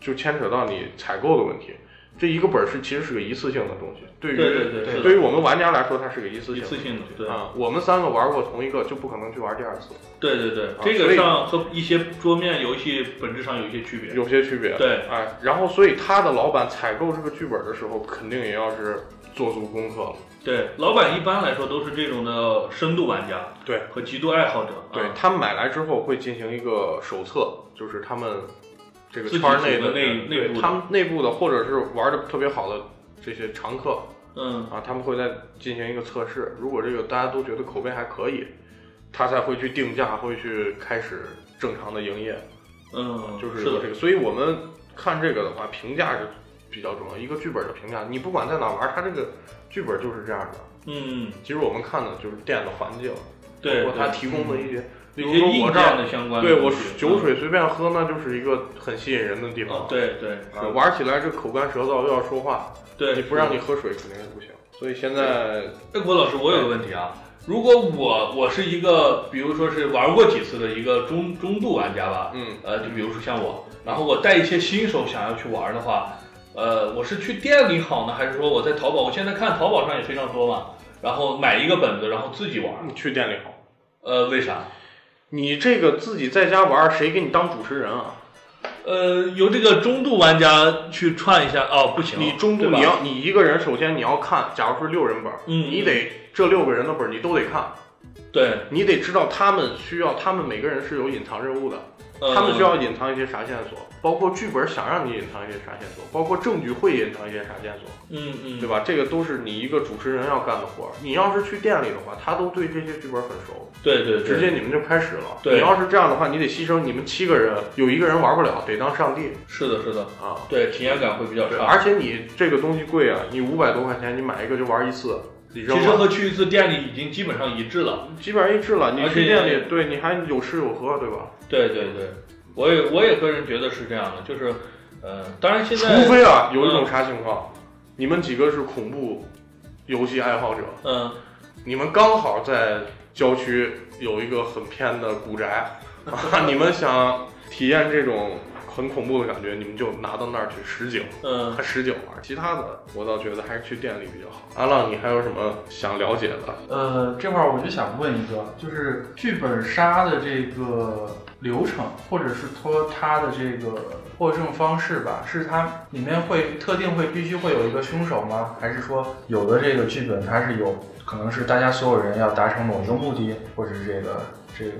Speaker 2: 就牵扯到你采购的问题。这一个本儿是其实是个一次性的东西，对于
Speaker 1: 对对对，
Speaker 3: 对
Speaker 1: 是的
Speaker 2: 对于我们玩家来说，它是个一次
Speaker 1: 一
Speaker 2: 性的
Speaker 1: 次性的，对
Speaker 2: 啊。我们三个玩过同一个，就不可能去玩第二次，
Speaker 1: 对对对，
Speaker 2: 啊
Speaker 1: 这
Speaker 2: 所
Speaker 1: 个
Speaker 2: 以
Speaker 1: 上和一些桌面游戏本质上有一些区别。
Speaker 2: 有些区别。，
Speaker 1: 对，
Speaker 2: 哎，然后所以他的老板采购这个剧本的时候，肯定也要是做足功课了。
Speaker 1: 对，老板一般来说都是这种的深度玩家，
Speaker 2: 对，
Speaker 1: 和极度爱好者，
Speaker 2: 对
Speaker 1: 啊
Speaker 2: 他买来之后会进行一个手册，就是他们这个
Speaker 1: 自己
Speaker 2: 圈儿内
Speaker 1: 组的内
Speaker 2: 人
Speaker 1: 内部
Speaker 2: 对
Speaker 1: 的
Speaker 2: 他们内部的或者是玩的特别好的这些常客
Speaker 1: 嗯
Speaker 2: 啊，他们会再进行一个测试。如果这个大家都觉得口碑还可以，他才会去定价，会去开始正常的营业。
Speaker 1: 嗯，
Speaker 2: 就是是
Speaker 1: 的，
Speaker 2: 这个，所以我们看这个的话，评价是比较重要。一个剧本的评价，你不管在哪玩，它这个剧本就是这样的。
Speaker 1: 嗯，
Speaker 2: 其实我们看的就是店的环境，
Speaker 1: 对，
Speaker 2: 包括它
Speaker 1: 对
Speaker 2: 提供的一些，比
Speaker 1: 有一
Speaker 2: 如
Speaker 1: 些
Speaker 2: 说
Speaker 1: 意
Speaker 2: 我
Speaker 1: 见
Speaker 2: 这儿，
Speaker 1: 的相关的
Speaker 2: 对我
Speaker 1: 东西
Speaker 2: 酒，水随便喝，那就是一个很吸引人的地
Speaker 1: 嗯啊
Speaker 2: 方。，
Speaker 1: 对对
Speaker 2: 啊，玩起来这口干舌燥，又要说话，
Speaker 1: 对，
Speaker 2: 你不让你喝水肯定是不行。所以现在，
Speaker 1: 哎，郭老师，我有个问题啊，如果我我是一个，比如说是玩过几次的一个中中度玩家吧，
Speaker 2: 嗯
Speaker 1: 呃，就比如说像我，然后我带一些新手想要去玩的话，呃，我是去店里好呢，还是说我在淘宝？我现在看淘宝上也非常多嘛，然后买一个本子，然后自己玩。
Speaker 2: 嗯你去店里好。
Speaker 1: 呃，为啥？
Speaker 2: 你这个自己在家玩儿，谁给你当主持人啊？
Speaker 1: 呃，由这个中度玩家去串一下，哦，不行，
Speaker 2: 你中度
Speaker 1: 对吧
Speaker 2: 你要你一个人，首先你要看，假如是六人本儿，
Speaker 1: 嗯
Speaker 2: 你得这六个人的本儿你都得看，
Speaker 1: 对，
Speaker 2: 你得知道他们需要，他们每个人是有隐藏任务的，
Speaker 1: 呃、
Speaker 2: 他们需要隐藏一些啥线索，包括剧本想让你隐藏一些啥线索，包括证据会隐藏一些啥线索，
Speaker 1: 嗯嗯，
Speaker 2: 对吧？这个都是你一个主持人要干的活儿。你要是去店里的话，他都对这些剧本很熟，
Speaker 1: 对对
Speaker 2: 直
Speaker 1: 对，
Speaker 2: 接你们就开始了。
Speaker 1: 对
Speaker 2: 你要是这样的话，你得牺牲你们七个人，有一个人玩不了，得当上帝
Speaker 1: 是的，是的，嗯
Speaker 2: 啊。
Speaker 1: 对，啊体验感会比较
Speaker 2: 对，
Speaker 1: 差。
Speaker 2: 而且你这个东西贵啊，你五百多块钱，你买一个就玩一次，你
Speaker 1: 其
Speaker 2: 扔
Speaker 1: 实
Speaker 2: 了，
Speaker 1: 和去一次店里已经基本上一致了。
Speaker 2: 基本上一致了。你
Speaker 1: 而且
Speaker 2: 去店里，对你还有吃有喝，对吧？
Speaker 1: 对对对，我也我也个人觉得是这样的，就是，呃，当然现
Speaker 2: 除
Speaker 1: 在，嗯
Speaker 2: 非啊，有一种啥情况，你们几个是恐怖游戏爱好者，
Speaker 1: 嗯、
Speaker 2: 你们刚好在郊区有一个很偏的 古宅，啊，你们想体验这种很恐怖的感觉，你们就拿到那儿去实景。
Speaker 1: 嗯、
Speaker 2: 和实景玩，其他的我倒觉得还是去店里比较好。阿浪，你还有什么想了解的？
Speaker 3: 呃，这块儿我就想问一个，就是剧本杀的这个流程，或者是说它的这个获胜方式吧，是它里面会特定会必须会有一个凶手吗？还是说有的这个剧本它是有可能是大家所有人要达成某一个目的，或者是这个这个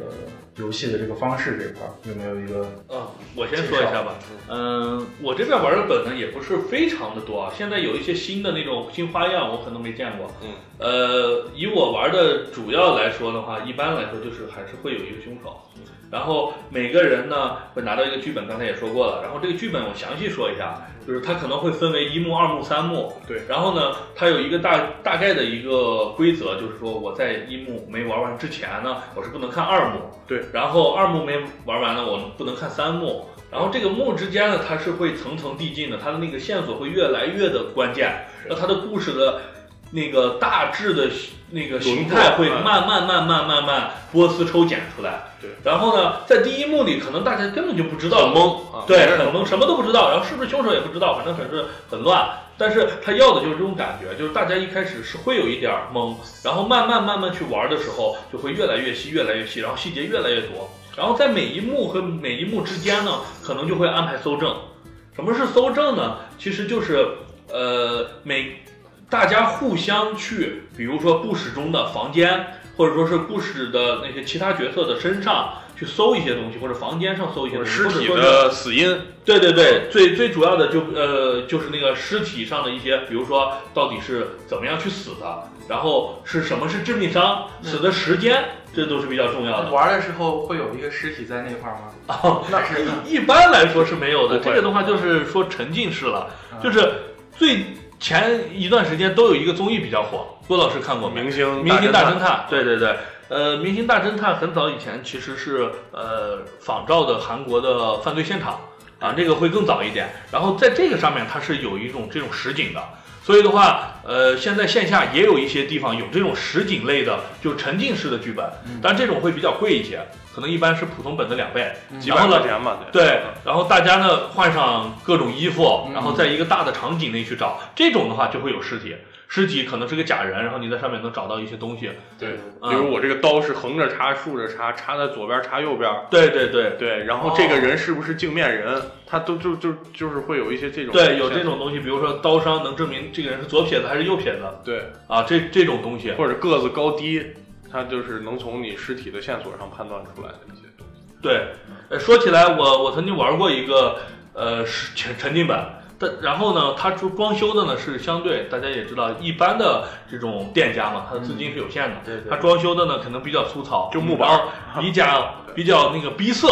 Speaker 3: 游戏的这个方式这块儿有没有一个？
Speaker 2: 嗯
Speaker 1: 啊，我先说一下吧。嗯、我这边玩的本呢也不是非常的多啊，现在有一些新的那种新花样，我可能没见过。
Speaker 2: 嗯，
Speaker 1: 呃，以我玩的主要来说的话，一般来说就是还是会有一个凶手，
Speaker 2: 嗯
Speaker 1: 然后每个人呢会拿到一个剧本，刚才也说过了。然后这个剧本我详细说一下，就是它可能会分为一幕、二幕、三幕。
Speaker 2: 嗯对
Speaker 1: 然后呢，它有一个大大概的一个规则，就是说我在一幕没玩完之前呢，我是不能看二幕。
Speaker 2: 对。
Speaker 1: 然后二幕没玩完呢，我不能看三幕。然后这个幕之间呢，它是会层层递进的，它的那个线索会越来越的关键，
Speaker 2: 是
Speaker 1: 那它的故事的那个大致的那个形态会
Speaker 2: 轮廓
Speaker 1: 慢慢慢慢慢慢波丝抽茧出来。
Speaker 2: 对。
Speaker 1: 然后呢，在第一幕里，可能大家根本就不知道
Speaker 2: 懵啊
Speaker 1: 对，很懵，什么都不知道，然后是不是凶手也不知道，反正很是很乱。但是他要的就是这种感觉，就是大家一开始是会有一点儿懵，然后慢慢慢慢去玩的时候，就会越来越细，越来越细，然后细节越来越多。然后在每一幕和每一幕之间呢，可能就会安排搜证。什么是搜证呢？其实就是呃每大家互相去，比如说故事中的房间，或者说是故事的那些其他角色的身上去搜一些东西，或者房间上搜一些
Speaker 2: 或者
Speaker 1: 东西，或者
Speaker 2: 尸体
Speaker 1: 说是
Speaker 2: 的死因，
Speaker 1: 对对对，最最主要的就呃就是那个尸体上的一些，比如说到底是怎么样去死的，然后是什么是致命伤，
Speaker 3: 嗯
Speaker 1: 死的时间，这都是比较重要的。
Speaker 3: 玩的时候会有一个尸体在那块儿吗？
Speaker 1: 呃哦那
Speaker 3: 那是
Speaker 1: 一般来说是没有的，
Speaker 2: 不会
Speaker 1: 这个的话就是说沉浸式了，
Speaker 3: 啊
Speaker 1: 就是最前一段时间都有一个综艺比较火，郭老师看过没？
Speaker 2: 明星
Speaker 1: 明星
Speaker 2: 大
Speaker 1: 大侦探，对对对，呃，明星大侦探很早以前其实是呃仿照的韩国的犯罪现场啊，这个会更早一点。然后在这个上面，它是有一种这种实景的，所以的话，呃，现在线下也有一些地方有这种实景类的，就沉浸式的剧本
Speaker 3: 嗯，
Speaker 1: 但这种会比较贵一些，可能一般是普通本的两倍。
Speaker 2: 几百
Speaker 1: 然后
Speaker 2: 块
Speaker 1: 呢
Speaker 2: 钱吧，
Speaker 1: 对，然后大家呢换上各种衣服，
Speaker 3: 嗯
Speaker 1: 然后在一个大的场景内去找，这种的话就会有尸体，尸体可能是个假人，然后你在上面能找到一些东西。
Speaker 2: 对，
Speaker 1: 嗯
Speaker 2: 比如我这个刀是横着插、竖着插，插在左边、插右边，
Speaker 1: 对对对
Speaker 2: 对，然后
Speaker 1: 哦
Speaker 2: 这个人是不是镜面人，他都就就就是会有一些这种
Speaker 1: 对，有这种东西，比如说刀伤能证明这个人是左撇子还是右撇子
Speaker 2: 对，
Speaker 1: 啊，这这种东西。
Speaker 2: 或者个子高低，他就是能从你尸体的线索上判断出来的一些东西。
Speaker 1: 对，呃说起来我我曾经玩过一个呃是沉沉浸版。但然后呢，它就光修的呢是相对大家也知道，一般的这种店家嘛，它的资金是有限的，
Speaker 3: 对
Speaker 1: 它装修的呢可能比较粗糙，
Speaker 2: 就木板儿
Speaker 1: 然后比较比较那个逼 仄，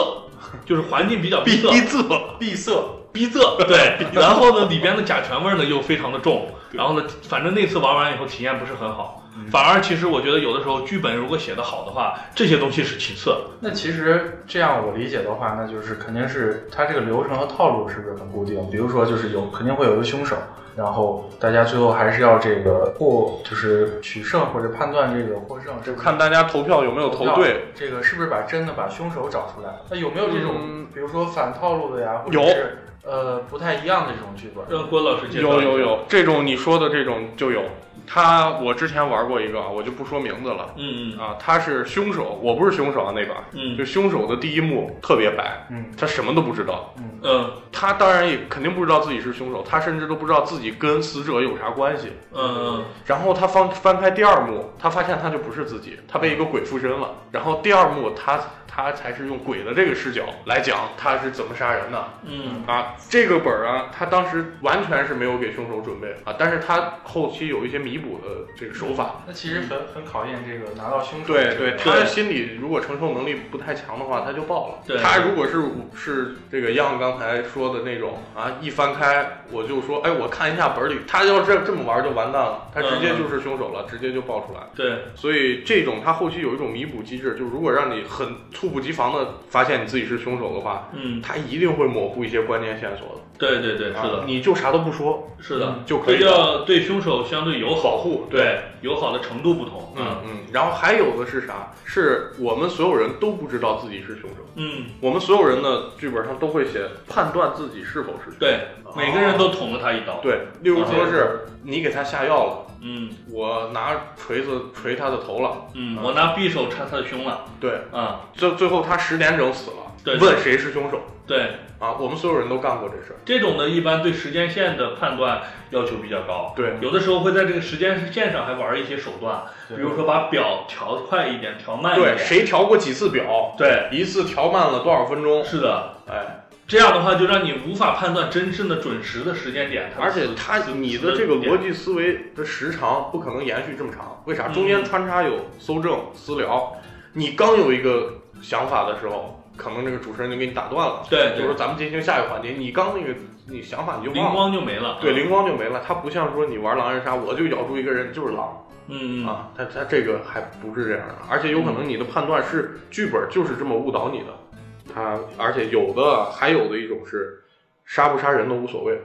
Speaker 1: 就是环境比较逼仄，
Speaker 2: 仄，
Speaker 3: 闭塞。
Speaker 1: 逼仄，对。然后呢，里边的甲醛味儿呢又非常的重，然后呢，反正那次玩完以后体验不是很好。
Speaker 2: 嗯
Speaker 1: 反而其实我觉得有的时候剧本如果写得好的话，这些东西是其次。
Speaker 3: 那其实这样我理解的话，那就是肯定是它这个流程和套路是不是很固定？比如说就是有肯定会有一个凶手，然后大家最后还是要这个获就是取胜或者判断这个获胜，这个
Speaker 2: 看大家投票有没有投对。
Speaker 3: 这个是不是把真的把凶手找出来？那有没有这种、
Speaker 2: 嗯
Speaker 3: 比如说反套路的呀，或
Speaker 2: 有
Speaker 3: 者是呃不太一样的这种剧本？
Speaker 1: 让郭老师介绍。
Speaker 2: 有有。有，这种你说的这种就有。他我之前玩过一个啊，我就不说名字了
Speaker 1: 嗯
Speaker 2: 啊。他是凶手，我不是凶手啊那把，
Speaker 1: 嗯
Speaker 2: 就凶手的第一幕特别白，
Speaker 3: 嗯
Speaker 2: 他什么都不知道，
Speaker 3: 嗯
Speaker 1: 嗯嗯
Speaker 2: 他当然也肯定不知道自己是凶手，他甚至都不知道自己跟死者有啥关系。
Speaker 1: 嗯
Speaker 2: 然后他翻翻开第二幕，他发现他就不是自己，他被一个鬼附身了。然后第二幕他他才是用鬼的这个视角来讲他是怎么杀人的
Speaker 1: 嗯
Speaker 2: 啊。这个本儿啊，他当时完全是没有给凶手准备啊，但是他后期有一些弥补的这个手法。
Speaker 3: 那其实很、很考验这个拿到凶手
Speaker 2: 对
Speaker 3: 的这
Speaker 2: 对，
Speaker 3: 个
Speaker 2: 他心理如果承受能力不太强的话，他就爆了。
Speaker 1: 对
Speaker 2: 他如果是是这个样刚才说的那种啊，一翻开我就说，哎，我看一下本儿里，他要这这么玩就完蛋了，他直接就是凶手了，直接就爆出来。
Speaker 1: 对
Speaker 2: 所以这种它后期有一种弥补机制，就是如果让你很猝不及防的发现你自己是凶手的话，
Speaker 1: 嗯
Speaker 2: 它一定会模糊一些关键线索的。
Speaker 1: 对对对是
Speaker 2: 啊
Speaker 1: 的
Speaker 2: 你就啥都不说
Speaker 1: 是的，
Speaker 2: 就可
Speaker 1: 这
Speaker 2: 以了。
Speaker 1: 叫对凶手相对友好
Speaker 2: 保护对
Speaker 1: 对友好的程度不同。
Speaker 2: 嗯嗯，然后还有的是啥？是我们所有人都不知道自己是凶手，
Speaker 1: 嗯
Speaker 2: 我们所有人的剧本上都会写判断自己是否是凶手。
Speaker 1: 对，每个人都捅了他一刀。
Speaker 2: 对，例如说是你给他下药了，
Speaker 1: 嗯
Speaker 2: 我拿锤子锤他的头了，
Speaker 1: 嗯，我拿匕首插他的胸了。
Speaker 2: 对，
Speaker 1: 啊
Speaker 2: 最最后他十点整死了，
Speaker 1: 对
Speaker 2: 问谁是凶手
Speaker 1: 对，
Speaker 2: 啊？我们所有人都干过这事儿。
Speaker 1: 这种呢，一般对时间线的判断要求比较高。
Speaker 2: 对
Speaker 1: 有的时候会在这个时间线上还玩一些手段，比
Speaker 3: 对
Speaker 1: 如说把表调快一点，调慢一
Speaker 2: 对，
Speaker 1: 点。
Speaker 2: 谁调过几次表，
Speaker 1: 对
Speaker 2: 一次调慢了多少分钟？
Speaker 1: 是的，
Speaker 2: 哎，
Speaker 1: 这样的话就让你无法判断真正的准时的时间点。它
Speaker 2: 而且
Speaker 1: 死
Speaker 2: 他
Speaker 1: 死
Speaker 2: 你
Speaker 1: 死
Speaker 2: 的这个
Speaker 1: 点
Speaker 2: 逻辑思维的时长不可能延续这么长，为啥？
Speaker 1: 嗯
Speaker 2: 中间穿插有搜证、私聊，你刚有一个想法的时候，可能这个主持人就给你打断了，
Speaker 1: 对
Speaker 2: 就
Speaker 1: 对
Speaker 2: 说咱们进行下一个环节，你刚那个你想法你就
Speaker 1: 灵
Speaker 2: 忘了。
Speaker 1: 光就没了。
Speaker 2: 对，灵光就没了。他不像说你玩狼人杀，我就咬住一个人就是狼
Speaker 1: 嗯嗯
Speaker 2: 啊，他他这个还不是这样的，而且有可能你的判断是剧本就是这么误导你的。
Speaker 1: 嗯
Speaker 2: 他而且有的还有的一种是杀不杀人都无所谓，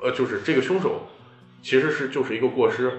Speaker 2: 呃，就是这个凶手其实是就是一个过失，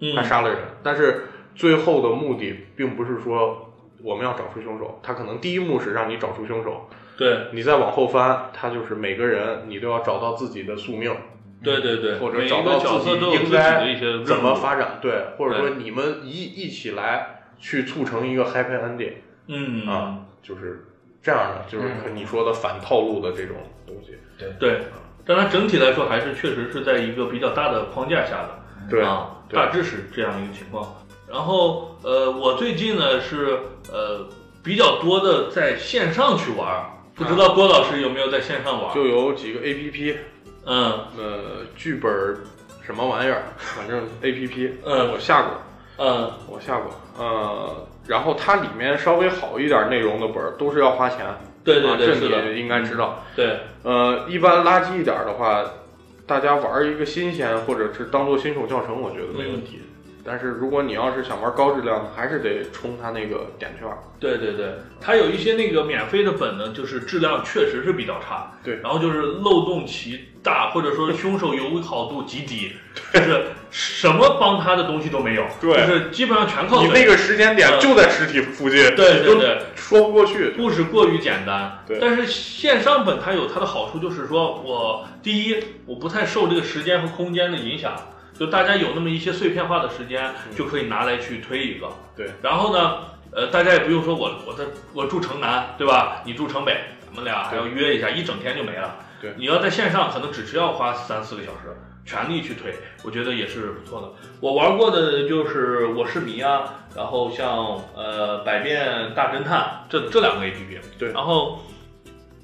Speaker 1: 嗯，
Speaker 2: 他杀了人，但是最后的目的并不是说我们要找出凶手，他可能第一幕是让你找出凶手，
Speaker 1: 对
Speaker 2: 你再往后翻，他就是每个人你都要找到自己的宿命。
Speaker 1: 对对对，
Speaker 2: 或者
Speaker 1: 每一
Speaker 2: 找
Speaker 1: 个
Speaker 2: 到
Speaker 1: 角
Speaker 2: 自
Speaker 1: 色
Speaker 2: 己
Speaker 1: 都有
Speaker 2: 应
Speaker 1: 自己
Speaker 2: 该
Speaker 1: 的一些
Speaker 2: 怎么
Speaker 1: 发。
Speaker 2: 发展，对，或者说
Speaker 1: 对
Speaker 2: 你们一一起来去促成一个 happy ending
Speaker 1: 嗯
Speaker 2: 啊，就是这样的，就是
Speaker 3: 嗯
Speaker 2: 你说的反套路的这种东西。
Speaker 1: 对，但它整体来说还是确实是在一个比较大的框架下的。
Speaker 2: 对，
Speaker 1: 啊，
Speaker 2: 对
Speaker 1: 大致是这样一个情况。然后呃，我最近呢是呃比较多的在线上去玩儿，不知道郭老师有没有在线上玩儿？
Speaker 2: 啊就有几个 A P P，
Speaker 1: 嗯
Speaker 2: 呃，剧本什么玩意儿，反正 A P P，哎
Speaker 1: 嗯
Speaker 2: 我下过，
Speaker 1: 嗯
Speaker 2: 我下过，呃，然后它里面稍微好一点内容的本儿都是要花钱，
Speaker 1: 对对
Speaker 2: 啊
Speaker 1: 对
Speaker 2: 这
Speaker 1: 是的
Speaker 2: 你应该知道。
Speaker 1: 对，
Speaker 2: 呃，一般垃圾一点儿的话，大家玩一个新鲜或者是当做新手教程，我觉得没
Speaker 1: 嗯
Speaker 2: 问题。但是如果你要是想玩高质量的，还是得充它那个点券儿。
Speaker 1: 对对对，它有一些那个免费的本呢，就是质量确实是比较差，
Speaker 2: 对
Speaker 1: 然后就是漏洞奇大，或者说凶手友好度极 低，就是什么帮他的东西都没有，
Speaker 2: 对
Speaker 1: 就是基本上全靠
Speaker 2: 你那
Speaker 1: 嘴。
Speaker 2: 个时间点就在尸体附近，
Speaker 1: 哦嗯对对对，
Speaker 2: 你就说不过去。
Speaker 1: 故事过于简单，
Speaker 2: 对
Speaker 1: 但是线上本它有它的好处，就是说我第一，我不太受这个时间和空间的影响，就大家有那么一些碎片化的时间，
Speaker 2: 嗯
Speaker 1: 就可以拿来去推一个。
Speaker 2: 对，
Speaker 1: 然后呢，呃，大家也不用说我我在我住城南，对吧？你住城北，咱们俩还要约一下，一整天就没了。
Speaker 2: 对
Speaker 1: 你要在线上，可能只需要花三四个小时，全力去推，我觉得也是不错的。我玩过的就是我是迷啊，然后像呃百变大侦探这这两个 A P P，
Speaker 2: 对
Speaker 1: 然后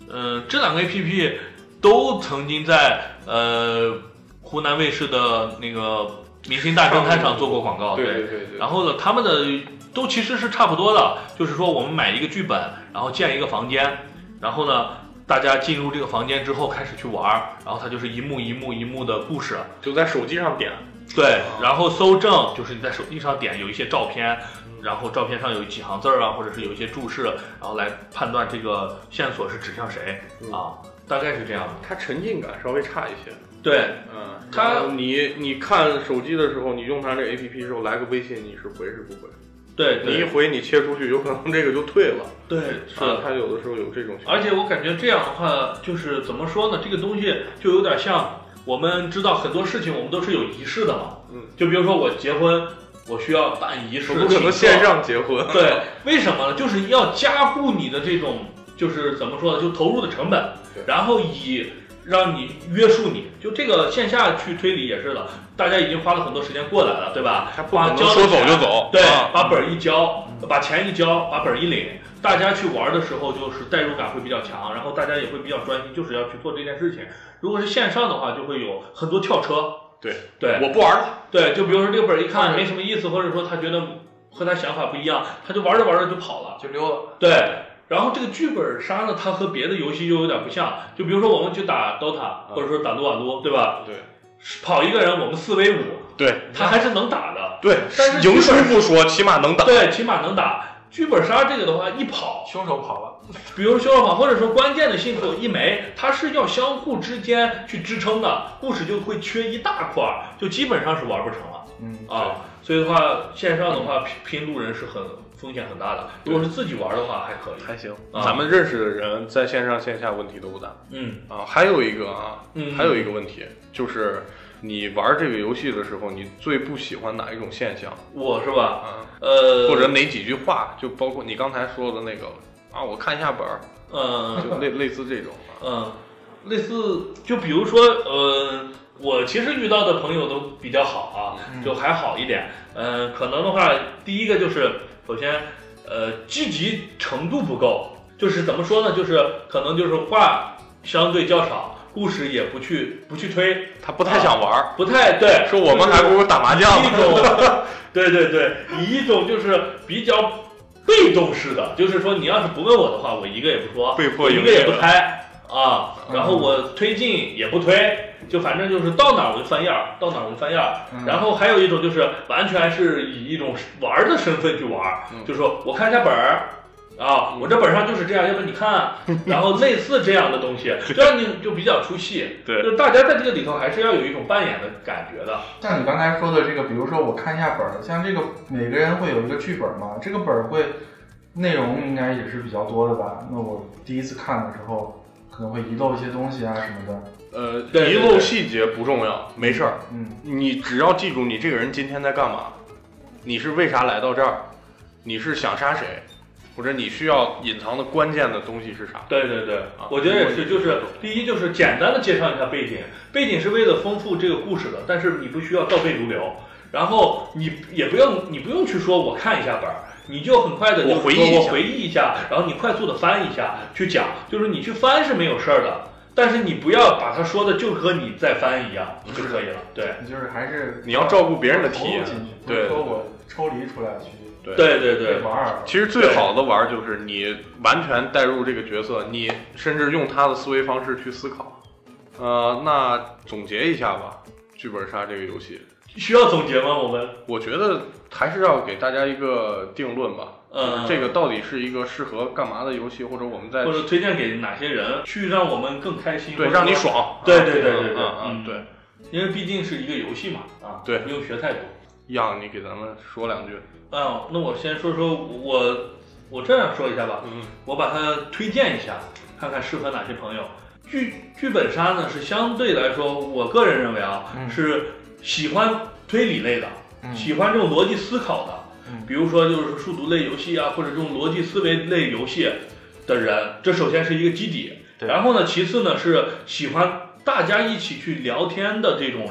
Speaker 1: 呃这两个 A P P 都曾经在呃湖南卫视的那个明星大侦探上做过广告，
Speaker 2: 对对对对，
Speaker 1: 哦然后呢，他们的都其实是差不多的，就是说我们买一个剧本，然后建一个房间，然后呢，大家进入这个房间之后开始去玩儿，然后它就是一幕一幕一幕的故事，
Speaker 2: 就在手机上点。
Speaker 1: 对，然后搜证就是你在手机上点有一些照片，然后照片上有几行字儿啊，或者是有一些注释，然后来判断这个线索是指向谁
Speaker 2: 嗯
Speaker 1: 啊，大概是这样的。
Speaker 2: 它沉浸感稍微差一些。
Speaker 1: 对，
Speaker 2: 嗯，
Speaker 1: 它
Speaker 2: 然后你你看手机的时候，你用它这 A P P 的时候来个微信，你是回是不回？
Speaker 1: 对，
Speaker 2: 你一
Speaker 1: 对，
Speaker 2: 回你切出去，有可能这个就退了。
Speaker 1: 对，是的
Speaker 2: 啊。它有的时候有这种情况。
Speaker 1: 而且我感觉这样的话，就是怎么说呢？这个东西就有点像我们知道很多事情，我们都是有仪式的嘛。
Speaker 2: 嗯，
Speaker 1: 就比如说我结婚，我需要办仪式，
Speaker 2: 不可能
Speaker 1: 请客
Speaker 2: 线。上结婚。
Speaker 1: 对，为什么呢？就是要加固你的这种，就是怎么说呢？就投入的成本
Speaker 2: 对，
Speaker 1: 然后以让你约束你。就这个线下去推理也是的，大家已经花了很多时间过来了，对吧？
Speaker 2: 它不可
Speaker 1: 把
Speaker 2: 能
Speaker 1: 交了
Speaker 2: 说走
Speaker 1: 钱
Speaker 2: 就走。
Speaker 1: 对
Speaker 2: 啊，
Speaker 1: 把本儿一交，把钱一交，把本儿一领，大家去玩的时候就是代入感会比较强，然后大家也会比较专心，就是要去做这件事情。如果是线上的话，就会有很多跳车。
Speaker 2: 对
Speaker 1: 对
Speaker 2: 我不玩了。
Speaker 1: 对，就比如说这个本儿一看
Speaker 2: 对
Speaker 1: 没什么意思，或者说他觉得和他想法不一样，他就玩着玩着就跑了。
Speaker 3: 就溜了。
Speaker 1: 对。然后这个剧本杀呢，它和别的游戏又有点不像，就比如说我们去打 DOTA，或者说打撸啊撸，对吧？
Speaker 2: 对
Speaker 1: 跑一个人我们四 v 五，
Speaker 2: 对
Speaker 1: 他还是能打的，
Speaker 2: 对
Speaker 1: 但是，
Speaker 2: 赢输不说，起码能打。
Speaker 1: 对，起码能打。剧本杀这个的话，一跑
Speaker 3: 凶手跑了，
Speaker 1: 比如说法，或者说关键的信口一枚，它是要相互之间去支撑的，故事就会缺一大块儿，就基本上是玩不成了
Speaker 3: 嗯，
Speaker 1: 啊。所以的话，线上的话拼拼路人是很风险很大的，如果是自己玩的话还可以。
Speaker 2: 还行，
Speaker 1: 啊
Speaker 2: 咱们认识的人在线上线下问题都不大
Speaker 1: 嗯
Speaker 2: 啊。还有一个啊，
Speaker 1: 嗯，
Speaker 2: 还有一个问题就是，你玩这个游戏的时候，你最不喜欢哪一种现象
Speaker 1: 我是吧？
Speaker 2: 啊？
Speaker 1: 呃，
Speaker 2: 或者哪几句话？就包括你刚才说的那个啊，我看一下本儿，
Speaker 1: 嗯
Speaker 2: 就类类 似这种啊。
Speaker 1: 嗯，类似就比如说呃，我其实遇到的朋友都比较好啊，
Speaker 3: 嗯
Speaker 1: 就还好一点。嗯、可能的话，第一个就是首先，呃，积极程度不够，就是怎么说呢？就是可能就是话相对较少，故事也不去不去推，
Speaker 2: 他不太想玩儿，
Speaker 1: 不太对。
Speaker 2: 说我们还不如打麻将
Speaker 1: 以一
Speaker 2: 呢。
Speaker 1: 种， 对对对，以一种就是比较被动式的，就是说你要是不问我的话，我一个也不说，
Speaker 2: 被迫
Speaker 1: 一
Speaker 2: 营
Speaker 1: 个也
Speaker 2: 业
Speaker 1: 不
Speaker 2: 了。
Speaker 1: 开啊，然后我推进也不推，就反正就是到哪儿我就翻页儿，到哪儿我就翻页儿。
Speaker 3: 嗯
Speaker 2: 嗯
Speaker 1: 然后还有一种就是完全是以一种玩儿的身份去玩儿，
Speaker 2: 嗯
Speaker 1: 就说我看一下本儿。啊，我这本上就是这样，要不你看，啊 然后类似这样的东西，这样你就比较出戏。
Speaker 2: 对
Speaker 1: 就是大家在这个里头还是要有一种扮演的感觉的。
Speaker 3: 像你刚才说的这个，比如说我看一下本儿，像这个每个人会有一个剧本嘛，这个本儿会内容应该也是比较多的吧？那我第一次看的时候可能会遗漏一些东西啊什么的，
Speaker 2: 呃，
Speaker 1: 对
Speaker 2: 遗
Speaker 1: 对
Speaker 2: 漏
Speaker 1: 对
Speaker 2: 细节不重要，没事儿。
Speaker 3: 嗯，
Speaker 2: 你只要记住你这个人今天在干嘛，你是为啥来到这儿，你是想杀谁，或者你需要隐藏的关键的东西是啥？
Speaker 1: 对对对
Speaker 2: 啊，
Speaker 1: 我觉得也是，
Speaker 2: 我
Speaker 1: 就是第一就是简单的介绍一下背景，背景是为了丰富这个故事的，但是你不需要倒背如流，然后你也不用你不用去说我看一下本儿，你就很快的就
Speaker 2: 我回忆一下
Speaker 1: 我回忆一下，然后你快速的翻一下去讲，就是你去翻是没有事儿的，但是你不要把它说的就和你在翻一样
Speaker 2: 嗯
Speaker 1: 就可以了，对。
Speaker 3: 就是还是
Speaker 2: 你要照顾别人的体
Speaker 3: 投入
Speaker 2: 验。
Speaker 1: 哦
Speaker 3: 进去，不
Speaker 2: 对
Speaker 3: 是说我抽离出来去
Speaker 1: 对对对
Speaker 3: 去，玩儿。
Speaker 2: 其实最好的玩儿就是你完全带入这个角色，你甚至用他的思维方式去思考。呃，那总结一下吧，剧本杀这个游戏，
Speaker 1: 需要总结吗？我们
Speaker 2: 我觉得还是要给大家一个定论吧，
Speaker 1: 嗯，
Speaker 2: 这个到底是一个适合干嘛的游戏，或者我们在
Speaker 1: 或者推荐给哪些人去让我们更开心？
Speaker 2: 对
Speaker 1: 或者
Speaker 2: 让你
Speaker 1: 说
Speaker 2: 爽，
Speaker 1: 对对对对对
Speaker 2: 嗯嗯
Speaker 1: 嗯
Speaker 2: 对。
Speaker 1: 因为毕竟是一个游戏嘛，啊，
Speaker 2: 对
Speaker 1: 不用学太多。
Speaker 2: 样，你给咱们说两句。
Speaker 1: 啊，那我先说说我，我这样说一下吧，
Speaker 2: 嗯，
Speaker 1: 我把它推荐一下，看看适合哪些朋友。剧剧本杀呢是相对来说，我个人认为啊，
Speaker 3: 嗯
Speaker 1: 是喜欢推理类的，
Speaker 3: 嗯
Speaker 1: 喜欢这种逻辑思考的，
Speaker 3: 嗯
Speaker 1: 比如说就是数独类游戏啊，或者这种逻辑思维类游戏的人，这首先是一个基底。
Speaker 3: 对
Speaker 1: 然后呢，其次呢是喜欢大家一起去聊天的这种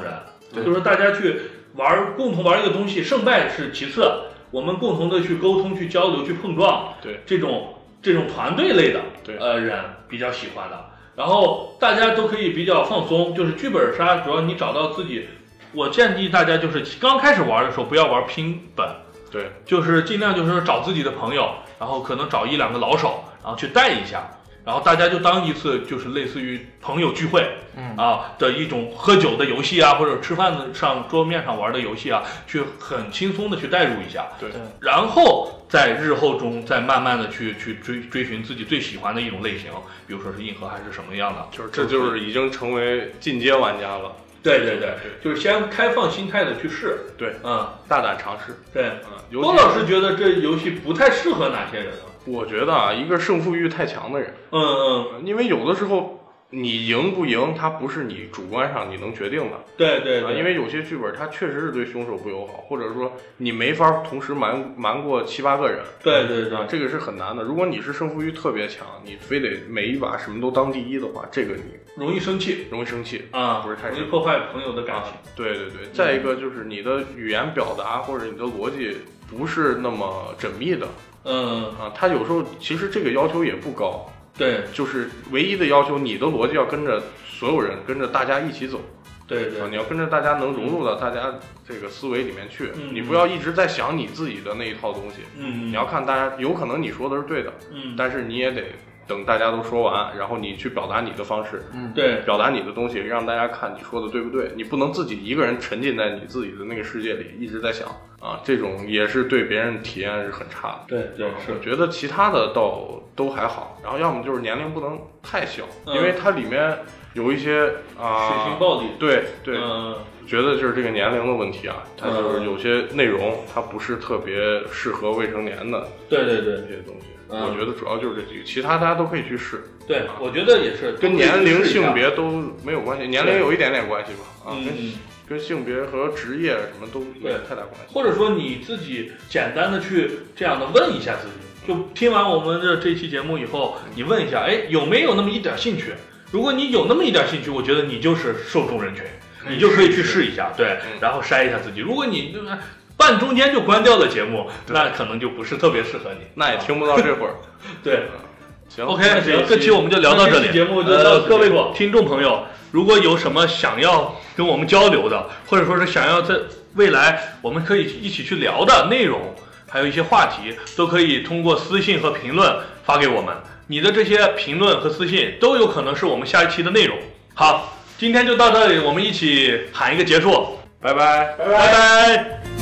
Speaker 3: 对
Speaker 1: 人，就是大家去玩儿共同玩儿一个东西，胜败是其次，我们共同的去沟通、去交流、去碰撞，
Speaker 2: 对
Speaker 1: 这种这种团队类的
Speaker 2: 对
Speaker 1: 呃人比较喜欢的。然后大家都可以比较放松，就是剧本杀，主要你找到自己。我建议大家就是刚开始玩的时候不要玩拼本，啊
Speaker 2: 对，
Speaker 1: 就是尽量就是找自己的朋友，然后可能找一两个老手，然后去带一下，然后大家就当一次就是类似于朋友聚会
Speaker 3: 嗯
Speaker 1: 啊的一种喝酒的游戏啊，或者吃饭上桌面上玩的游戏啊，去很轻松的去代入一下，
Speaker 2: 对
Speaker 3: 对
Speaker 1: 然后在日后中再慢慢的去去追追寻自己最喜欢的一种类型，比如说是硬核还是什么样的，
Speaker 2: 就是这就是已经成为进阶玩家了，
Speaker 1: 对对对，就是先开放心态的去试，
Speaker 2: 对，
Speaker 1: 嗯，
Speaker 2: 大胆尝试。
Speaker 1: 对。
Speaker 2: 嗯，尤
Speaker 1: 包
Speaker 2: 其
Speaker 1: 老师觉得这游戏不太适合哪些人啊？
Speaker 2: 我觉得啊，一个胜负欲太强的人，呃
Speaker 1: 嗯嗯，
Speaker 2: 因为有的时候你赢不赢，它不是你主观上你能决定的。
Speaker 1: 对对
Speaker 2: 啊，
Speaker 1: 对，
Speaker 2: 因为有些剧本它确实是对凶手不友好，或者说你没法同时瞒瞒过七八个人，
Speaker 1: 对对对
Speaker 2: 啊，，这个是很难的。如果你是胜负欲特别强，你非得每一把什么都当第一的话，这个你
Speaker 1: 容易生气
Speaker 2: 容易生气。啊
Speaker 1: 啊，
Speaker 2: 不是太
Speaker 1: 容易
Speaker 2: 适合
Speaker 1: 破坏朋友的感情。
Speaker 2: 对对
Speaker 1: 嗯
Speaker 2: 对，再一个就是你的语言表达或者你的逻辑不是那么缜密的
Speaker 1: 嗯，
Speaker 2: 啊，它有时候其实这个要求也不高，
Speaker 1: 对
Speaker 2: 就是唯一的要求你的逻辑要跟着所有人，跟着大家一起走。
Speaker 1: 对
Speaker 2: 啊
Speaker 1: 对，
Speaker 2: 你要跟着大家能融入到大家这个思维里面去，
Speaker 1: 嗯
Speaker 2: 你不要一直在想你自己的那一套东西，
Speaker 1: 嗯，
Speaker 2: 你要看大家，有可能你说的是对的，
Speaker 1: 嗯，
Speaker 2: 但是你也得等大家都说完，然后你去表达你的方式，
Speaker 3: 嗯，
Speaker 1: 对
Speaker 2: 表达你的东西，让大家看你说的对不对，你不能自己一个人沉浸在你自己的那个世界里一直在想啊，这种也是对别人体验是很差的。
Speaker 1: 对对
Speaker 2: 啊我
Speaker 1: 是，
Speaker 2: 觉得其他的倒都还好，然后要么就是年龄不能太小，
Speaker 1: 嗯
Speaker 2: 因为它里面有一些
Speaker 1: 血
Speaker 2: 啊
Speaker 1: 腥，暴力。
Speaker 2: 对对，
Speaker 1: 嗯
Speaker 2: 觉得就是这个年龄的问题啊，它就是有些内容它不是特别适合未成年的
Speaker 1: 对对对
Speaker 2: 这些东西。
Speaker 1: 嗯
Speaker 2: 我觉得主要就是这几个，其他大家都可以去试，
Speaker 1: 对，我觉得也是
Speaker 2: 啊跟年龄、性。
Speaker 1: 都可以试一下
Speaker 2: 别都没有关系，年龄有一点点关系吧，啊，
Speaker 1: 嗯，
Speaker 2: 跟
Speaker 1: 嗯
Speaker 2: 跟性别和职业什么都没有
Speaker 1: 对
Speaker 2: 太大关系。
Speaker 1: 或者说你自己简单的去这样的问一下自己，就听完我们的这期节目以后，你问一下，哎，有没有那么一点兴趣？如果你有那么一点兴趣，我觉得你就是受众人群，你就可以去试一下，对
Speaker 2: 嗯，
Speaker 1: 然后筛一下自己。如果你就是半中间就关掉了节目，那可能就不是特别适合你。啊
Speaker 2: 那也听不到这会儿。 嗯
Speaker 1: 对，
Speaker 2: 行
Speaker 1: OK，
Speaker 2: 那
Speaker 1: 行，
Speaker 2: 这
Speaker 1: 这
Speaker 2: 一
Speaker 1: 期我们就聊到这
Speaker 3: 那这
Speaker 1: 里。
Speaker 3: 期节目就到
Speaker 1: 呃，
Speaker 3: 此
Speaker 1: 各位
Speaker 3: 结束
Speaker 1: 听众朋友，如果有什么想要跟我们交流的，或者说是想要在未来我们可以一起去聊的内容，还有一些话题，都可以通过私信和评论发给我们。你的这些评论和私信都有可能是我们下一期的内容。好，今天就到这里，我们一起喊一个结束，
Speaker 2: 拜拜。
Speaker 1: 拜拜